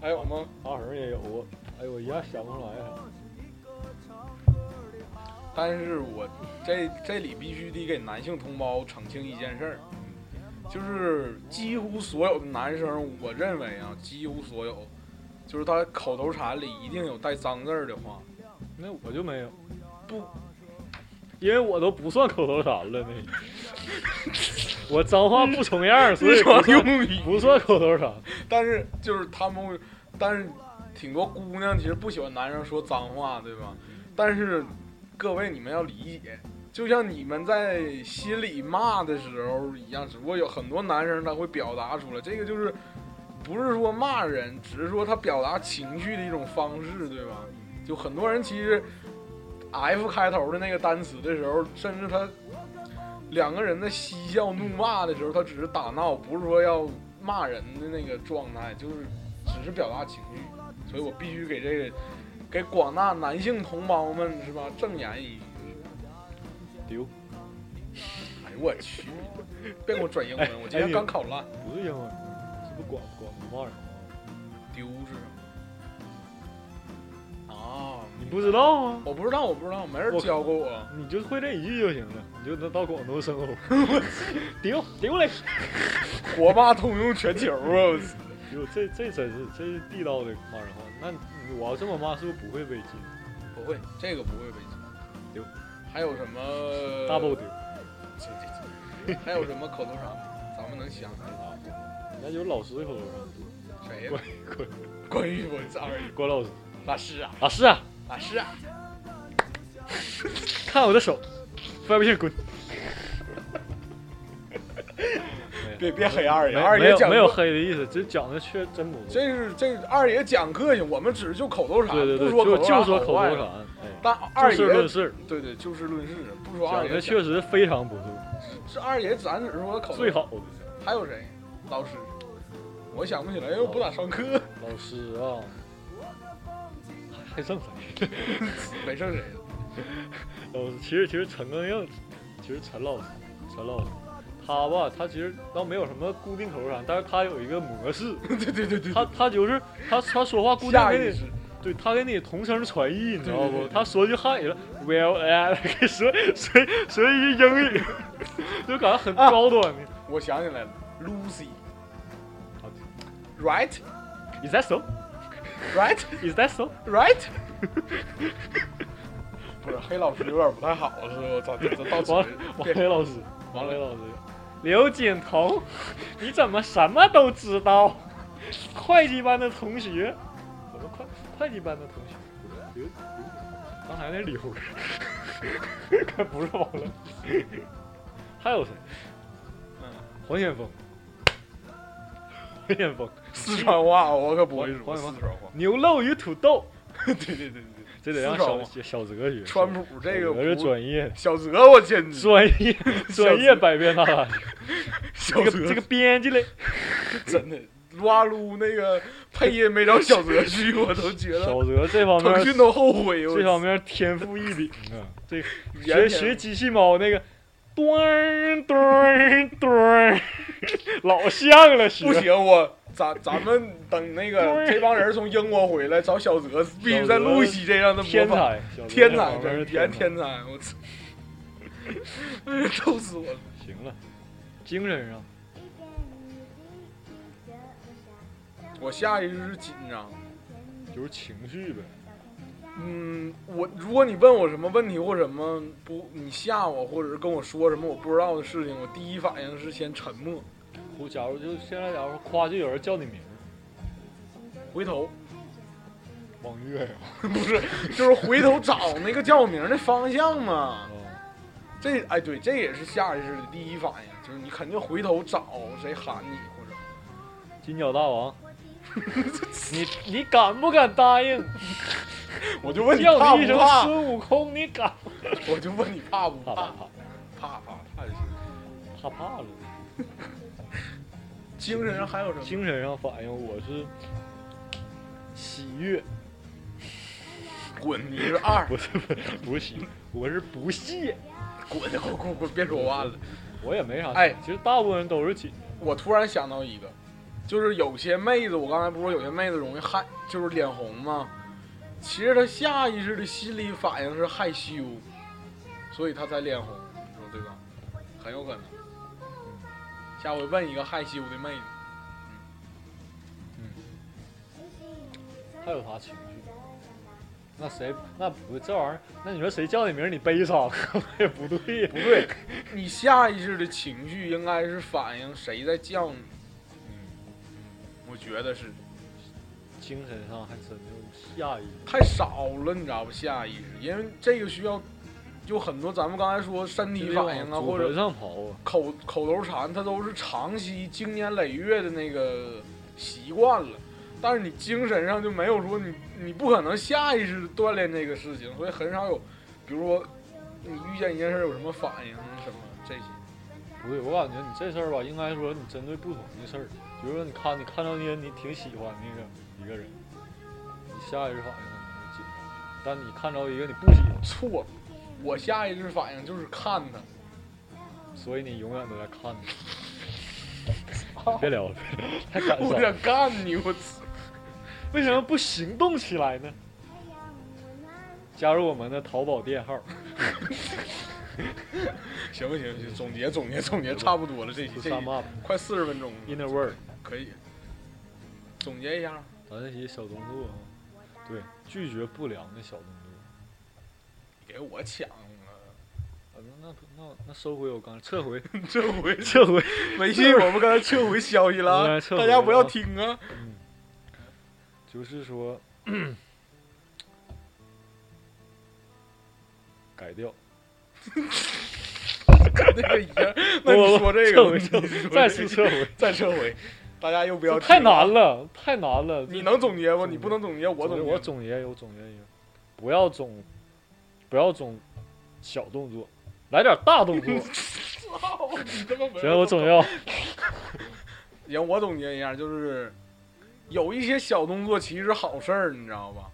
Speaker 2: 还有吗？
Speaker 1: 阿恒也有啊，哎呦我一下想不出来了。
Speaker 2: 但是我这这里必须得给男性同胞澄清一件事儿，就是几乎所有的男生，我认为啊，几乎所有，就是他口头禅里一定有带脏字儿的 话，
Speaker 1: 那我就没有，
Speaker 2: 不，
Speaker 1: 因为我都不算口头禅了那。我脏话不重样儿，所以
Speaker 2: 日
Speaker 1: 不
Speaker 2: 常
Speaker 1: 算
Speaker 2: 用语。
Speaker 1: 不算口头禅。
Speaker 2: 但是就是他们，但是挺多姑娘其实不喜欢男生说脏话，对吧？但是各位你们要理解，就像你们在心里骂的时候一样，只不过有很多男生他会表达出来，这个就是不是说骂人，只是说他表达情绪的一种方式，对吧？就很多人其实 F 开头的那个单词的时候，甚至他两个人在嬉笑怒骂的时候，他只是打闹，不是说要骂人的那个状态，就是只是表达情绪。所以我必须给这个给广大男性同胞们是吧正言一句。
Speaker 1: 丢，
Speaker 2: 哎呦我去，别给我转英文，我今天刚考烂。
Speaker 1: 不是英文，是不是广广东话人？
Speaker 2: 丢是什么？啊，
Speaker 1: 你不知道吗？
Speaker 2: 我不知道，我不知道，没人
Speaker 1: 我
Speaker 2: 教过我。
Speaker 1: 你就会这一句就行了，你就能到广东生活。 丢丢嘞！
Speaker 2: 国霸通用全球啊！我操
Speaker 1: 哟，这这真是这是地道的骂人话。那你我要这么骂，是不是不会被禁
Speaker 2: 不会，这个不会被禁。
Speaker 1: 丢，
Speaker 2: 还有什么
Speaker 1: ？double 丢。
Speaker 2: 这这这还有什么口头禅？咱们能想起来
Speaker 1: 啊那有老师的口头禅，
Speaker 2: 谁呀？
Speaker 1: 关关
Speaker 2: 关于我这二
Speaker 1: 关老师，
Speaker 2: 老师啊，
Speaker 1: 老师啊，
Speaker 2: 老师啊，
Speaker 1: 看我的手，范不信滚。
Speaker 2: 别别黑二爷，
Speaker 1: 没
Speaker 2: 二
Speaker 1: 没
Speaker 2: 爷
Speaker 1: 有
Speaker 2: 讲
Speaker 1: 没有
Speaker 2: 课，
Speaker 1: 黑的意思，这讲的确真不错。
Speaker 2: 这是这是二爷讲课去，我们只是就口头禅，
Speaker 1: 对对对，
Speaker 2: 不说
Speaker 1: 就
Speaker 2: 头
Speaker 1: 就
Speaker 2: 禅
Speaker 1: 说
Speaker 2: 好
Speaker 1: 口
Speaker 2: 坏啊
Speaker 1: 头，禅，哎，
Speaker 2: 但二
Speaker 1: 就事论
Speaker 2: 爷
Speaker 1: 事，
Speaker 2: 对对就事论事，不说二
Speaker 1: 讲
Speaker 2: 爷
Speaker 1: 的确实非常不错，
Speaker 2: 是二爷，咱只是说口头
Speaker 1: 最好的
Speaker 2: 还有谁？老师，我想不起来，因为我不咋 上课，
Speaker 1: 老师啊，还剩谁？
Speaker 2: 没剩谁了。
Speaker 1: 老师，其实其实陈更硬，其实陈老师，陈老师，他吧，他其实倒没有什么固定口头禅，但是他有一个模式，
Speaker 2: 对对对对，
Speaker 1: 他他就是他他说话固定
Speaker 2: 下意
Speaker 1: 给你
Speaker 2: 识，
Speaker 1: 对他给你同声传译，你知道不？他说句汉语了，Well，哎，给 说说说一句英语， 就感觉很高端的。
Speaker 2: 我想起来了，Lucy，right，right，
Speaker 1: 啊 Is that so?
Speaker 2: right，
Speaker 1: Is that so?
Speaker 2: right 不是，黑老师有点不太好了，是吧？我操，这这到
Speaker 1: 王
Speaker 2: 此
Speaker 1: 王
Speaker 2: 变
Speaker 1: 雷老师，
Speaker 2: 王
Speaker 1: 王
Speaker 2: 雷
Speaker 1: 雷老师，刘锦彤， 你怎么什么都知道？ 会计班的同学，怎么会会计班的同学？刘刘刚才那刘， 可不是王雷， 还有谁？
Speaker 2: 嗯，
Speaker 1: 黄先锋，黄先锋，
Speaker 2: 四川话我可不会说
Speaker 1: 黄黄
Speaker 2: 四川话。
Speaker 1: 牛肉与土豆，
Speaker 2: 对对对对对，
Speaker 1: 这得让
Speaker 2: 四川
Speaker 1: 小
Speaker 2: 话
Speaker 1: 小泽学。
Speaker 2: 川普这个
Speaker 1: 小泽是
Speaker 2: 不
Speaker 1: 专业的，
Speaker 2: 小泽，我简直
Speaker 1: 专业专业百变大咖。
Speaker 2: 小
Speaker 1: 这
Speaker 2: 泽
Speaker 1: 个这个编辑嘞，
Speaker 2: 真的，撸啊撸那个配音没找小泽去，我都觉得
Speaker 1: 小泽这方面
Speaker 2: 腾讯都后悔。我
Speaker 1: 这方面天赋异禀啊！ 这个学
Speaker 2: 原
Speaker 1: 学机器猫那个咚儿咚儿咚儿，老像了学。
Speaker 2: 不行，我咱咱们等那个这帮人从英国回来找小泽，必须再录一期这样的模
Speaker 1: 天
Speaker 2: 仿。
Speaker 1: 才，小泽
Speaker 2: 天
Speaker 1: 这
Speaker 2: 才，
Speaker 1: 方
Speaker 2: 真
Speaker 1: 面
Speaker 2: 是
Speaker 1: 是
Speaker 2: 原
Speaker 1: 天
Speaker 2: 天才，我操！ 哎呀，逗死我了！
Speaker 1: 才。行了，精神上
Speaker 2: 我下意识是紧张。
Speaker 1: 就是情绪呗。
Speaker 2: 嗯，我如果你问我什么问题或什么不，你吓我或者是跟我说什么我不知道的事情，我第一反应是先沉默，
Speaker 1: 我假如就现在，假如夸就有人叫你名儿，
Speaker 2: 回头。
Speaker 1: 王月呀、
Speaker 2: 不是，就是回头找那个叫我名儿的方向嘛。
Speaker 1: 啊，
Speaker 2: 这哎，对，这也是下意识的第一反应，就是你肯定回头找谁喊你或者
Speaker 1: 金角大王，你你敢不敢答应
Speaker 2: 我就问你怕
Speaker 1: 叫你一
Speaker 2: 不
Speaker 1: 声
Speaker 2: 怕，
Speaker 1: 孙悟空？你敢？
Speaker 2: 我就问你怕不
Speaker 1: 怕怕
Speaker 2: 怕，怕
Speaker 1: 怕
Speaker 2: 怕怕就行。
Speaker 1: 怕怕了。
Speaker 2: 精神上还有什么？
Speaker 1: 精神上反应我是喜悦。
Speaker 2: 滚，你是二，
Speaker 1: 不是不是不喜，我是不屑，
Speaker 2: 滚滚滚滚，别说话了。
Speaker 1: 我也没啥。
Speaker 2: 哎，
Speaker 1: 其实大部分人都是紧，
Speaker 2: 我突然想到一个，就是有些妹子，我刚才不是说有些妹子容易害，就是脸红吗？其实她下意识的心理反应是害羞，所以她才脸红，你说对吧？很有可能。嗯下回问一个害羞的妹子，
Speaker 1: 还有啥情绪？那谁那不这玩意儿？那你说谁叫你名儿你悲伤， 也不对呀。
Speaker 2: 不对，你下意识的情绪应该是反映谁在叫你，
Speaker 1: 嗯，
Speaker 2: 我觉得是
Speaker 1: 精神上还真就下意识。
Speaker 2: 太少了，你知道不？下意识，因为这个需要有很多咱们刚才说身体反应啊，
Speaker 1: 往
Speaker 2: 或
Speaker 1: 祖
Speaker 2: 者
Speaker 1: 坟上刨啊，
Speaker 2: 口口头禅，它都是长期经年累月的那个习惯了。但是你精神上就没有说你你不可能下意识地锻炼这个事情，所以很少有，比如说你遇见一件事儿有什么反应啊什么这些。
Speaker 1: 不对，我感觉你这事儿吧，应该说你针对不同的事儿，比如说你看你看到那些你挺喜欢的那个一个人，你下意识反应可能就紧张，但你看着一个你不喜欢，
Speaker 2: 错了，我下意识反应就是看他，
Speaker 1: 所以你永远都在看 他。别聊了，太感伤
Speaker 2: 我
Speaker 1: 了。
Speaker 2: 想干你，我操！
Speaker 1: 为什么不行动起来呢？加入我们的淘宝店号，
Speaker 2: 行不行？行，总结总结总结，差不多了，这期
Speaker 1: 就
Speaker 2: 这
Speaker 1: sum
Speaker 2: 期
Speaker 1: up
Speaker 2: 快四十分钟了，
Speaker 1: inner world。
Speaker 2: 可以总结一下。
Speaker 1: 咱这些小动作啊，对，拒绝不良的小动作。
Speaker 2: 给我 抢了，
Speaker 1: 啊，那那那那收回我刚才撤 回
Speaker 2: 这回
Speaker 1: 撤回。
Speaker 2: 微信我们刚才撤回消息了
Speaker 1: 我
Speaker 2: 啊
Speaker 1: 们，撤回
Speaker 2: 大
Speaker 1: 了
Speaker 2: 家不要听啊。
Speaker 1: 嗯，就是说改掉。
Speaker 2: 那个 一样，那你说这
Speaker 1: 撤
Speaker 2: 个，
Speaker 1: 回
Speaker 2: 你
Speaker 1: 撤
Speaker 2: 说
Speaker 1: 回
Speaker 2: 这个
Speaker 1: 再次撤回，
Speaker 2: 再 撤回，大家又不要
Speaker 1: 这太
Speaker 2: 听了。
Speaker 1: 难了，太难了。
Speaker 2: 你能总结不？
Speaker 1: 总结
Speaker 2: 你不能总结，
Speaker 1: 总
Speaker 2: 我总
Speaker 1: 结
Speaker 2: 结。
Speaker 1: 我总结有总结一个，不要总不要总小动作，来点大动 作。
Speaker 2: 操你他妈没有
Speaker 1: 行，我总结 啊，
Speaker 2: 行，我总结一下，就是有一些小动作其实是好事儿，你知道吧？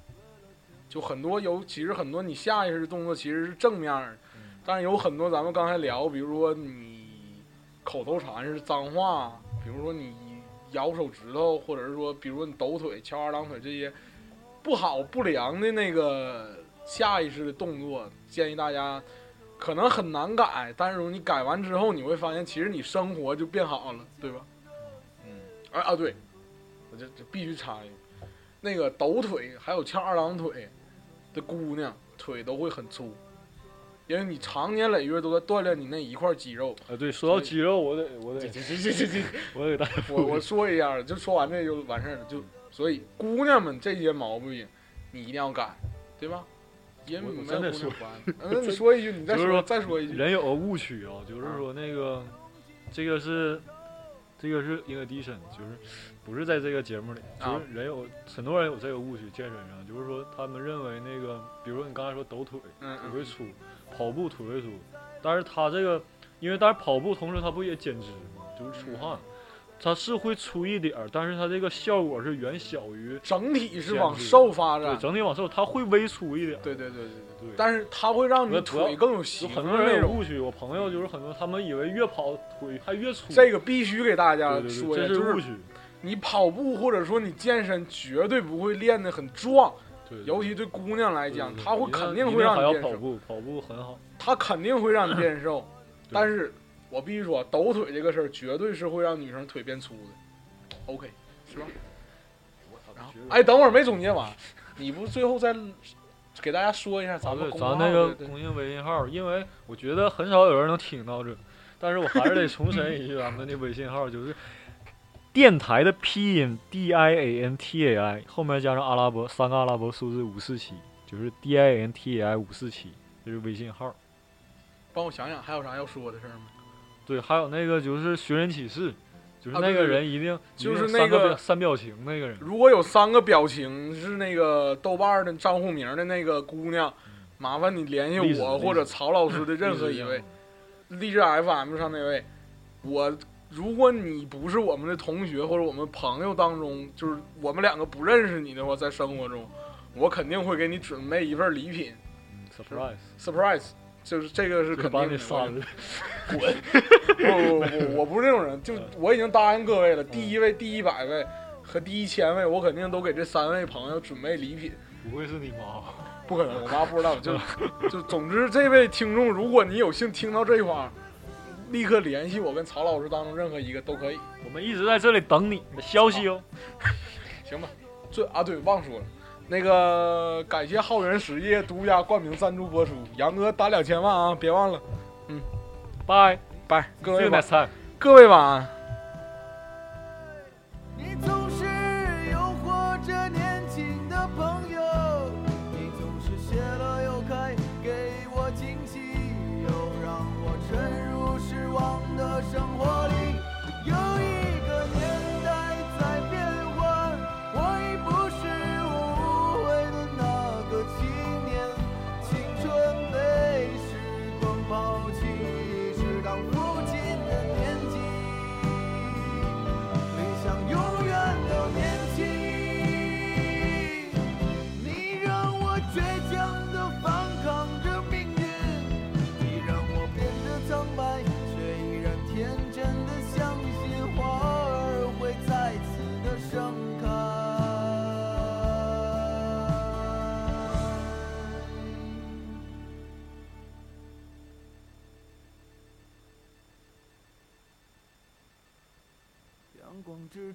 Speaker 2: 就很多有，其实很多你下意识的动作其实是正面儿的
Speaker 1: 嗯，
Speaker 2: 但是有很多咱们刚才聊，比如说你口头禅是脏话，比如说你咬手指头，或者是说，比如说你抖腿、翘二郎腿这些，不好不良的那个下意识的动作，建议大家可能很难改，但是你改完之后，你会发现其实你生活就变好了，对吧？
Speaker 3: 嗯，
Speaker 2: 啊啊，对，我这这必须插一句，那个抖腿还有翘二郎腿的姑娘腿都会很粗，因为你长年累月都在锻炼你那一块肌肉。
Speaker 1: 啊，对，说到肌肉，我得我得
Speaker 2: 这这这这这这，
Speaker 1: 我得给大家
Speaker 2: 我我说一下，就说完这就完事儿了。就所以姑娘们这些毛病，你一定要改，对吧？因为
Speaker 1: 我
Speaker 2: 没有
Speaker 1: 真得
Speaker 2: 姑
Speaker 1: 说
Speaker 2: 娘 不安，嗯那你说一句，你再
Speaker 1: 就是说
Speaker 2: 再说一句。
Speaker 1: 人有个误区啊，就是说那个，这个是，这个是 in addition，就是不是在这个节目里，就
Speaker 2: 啊
Speaker 1: 是人有很多人有这个误区，健身上就是说他们认为那个，比如说你刚才说抖腿，
Speaker 2: 嗯
Speaker 1: 腿
Speaker 2: 嗯
Speaker 1: 会粗，跑步腿会粗，但是他这个，因为但是跑步同时他不也减脂吗？就是出汗，他是会粗一点儿，但是他这个效果是远小于
Speaker 2: 嗯整体是
Speaker 1: 减
Speaker 2: 往
Speaker 1: 脂
Speaker 2: 瘦发
Speaker 1: 对
Speaker 2: 展，
Speaker 1: 整体往瘦，他会微粗一点儿。
Speaker 2: 对对对对对。
Speaker 1: 对，
Speaker 2: 但是它会让你
Speaker 1: 那主要
Speaker 2: 腿更有型
Speaker 1: 有
Speaker 2: 的
Speaker 1: 很多人
Speaker 2: 那
Speaker 1: 有
Speaker 2: 种。
Speaker 1: 误区，我朋友就是很多，他们以为越跑腿还越粗。
Speaker 2: 这个必须给大家
Speaker 1: 对对
Speaker 2: 说
Speaker 1: 对，
Speaker 2: 一下，
Speaker 1: 这
Speaker 2: 就是
Speaker 1: 误
Speaker 2: 是
Speaker 1: 区。
Speaker 2: 你跑步或者说你健身，绝对不会练得很壮，
Speaker 1: 对，
Speaker 2: 尤其对姑娘来讲，她会肯
Speaker 1: 定
Speaker 2: 定会让
Speaker 1: 还要
Speaker 2: 你变
Speaker 1: 跑
Speaker 2: 瘦，
Speaker 1: 步，跑步很好。。
Speaker 2: 她肯定会让你变瘦
Speaker 1: 对
Speaker 2: 但是我必须说，抖腿这个事儿绝对是会让女生腿变粗的。OK，是吧？然后，哎，等会儿没总结完，你不最后再给大家说一下咱
Speaker 1: 咱
Speaker 2: 们
Speaker 1: 们
Speaker 2: 公
Speaker 1: 啊咱
Speaker 2: 众
Speaker 1: 那
Speaker 2: 号
Speaker 1: 个
Speaker 2: 对对
Speaker 1: 公信微信号，因为我觉得很少有人能听到这，但是我还是得重申一句，咱们的微信号就是电台的拼音 D I A N T A I，后面加上阿拉伯三个阿拉伯数字五四七，就是 D I A N T A I 五四七，这是微信号。
Speaker 2: 帮我想想还有啥要说的事儿吗？
Speaker 1: 对，还有那个就是寻人启事，就是
Speaker 2: 啊
Speaker 1: 那
Speaker 2: 对
Speaker 1: 个
Speaker 2: 对对
Speaker 1: 人一定
Speaker 2: 就是
Speaker 1: 一定三
Speaker 2: 那个
Speaker 1: 表三表情那个人，
Speaker 2: 如果有三个表情是那个豆瓣儿的账户名的那个姑娘，麻烦你联
Speaker 1: 栗
Speaker 2: 系
Speaker 1: 嗯子
Speaker 2: 我
Speaker 1: 栗子
Speaker 2: 或者曹老师的任何一位，荔枝 FM 上那位。我如果你不是我们的同学或者我们朋友当中，就是我们两个不认识你的话，在生活中，我肯定会给你准备一份礼品
Speaker 1: 嗯，surprise，
Speaker 2: ，surprise。就是这个是
Speaker 1: 就
Speaker 2: 肯
Speaker 1: 把
Speaker 2: 定
Speaker 1: 你
Speaker 2: 的，
Speaker 1: 删了。
Speaker 2: 不不不，我不是这种人，就我已经答应各位
Speaker 1: 嗯
Speaker 2: 了，第一位、第一百位和第一千位，我肯定都给这三位朋友准备礼品。
Speaker 1: 不会是你妈？
Speaker 2: 不可能，我妈不知道。就就总之，这位听众，如果你有幸听到这一块儿，立刻联系我跟曹老师当中任何一个都可以，
Speaker 1: 我们一直在这里等你的消息哦。
Speaker 2: 行吧？最啊，对，忘说了，那个感谢浩源实业独家冠名赞助播出，杨哥打两千万啊，别忘了，
Speaker 1: Bye，see
Speaker 2: 拜，各
Speaker 1: you
Speaker 2: 位
Speaker 1: next time。
Speaker 2: 晚，各位晚安。
Speaker 3: 你总是诱惑着年轻的朋友，你总是谢了又开，给我惊喜，又让我沉入失望的生活里。有一个年代在变换，我已不是无悔的那个青年，青春被时光抛弃，是当父亲的年纪。理想永远都年轻。你让我倔强地反抗着命运，你让我变得苍白，却依然天真地相信花儿会再次的盛开。阳光之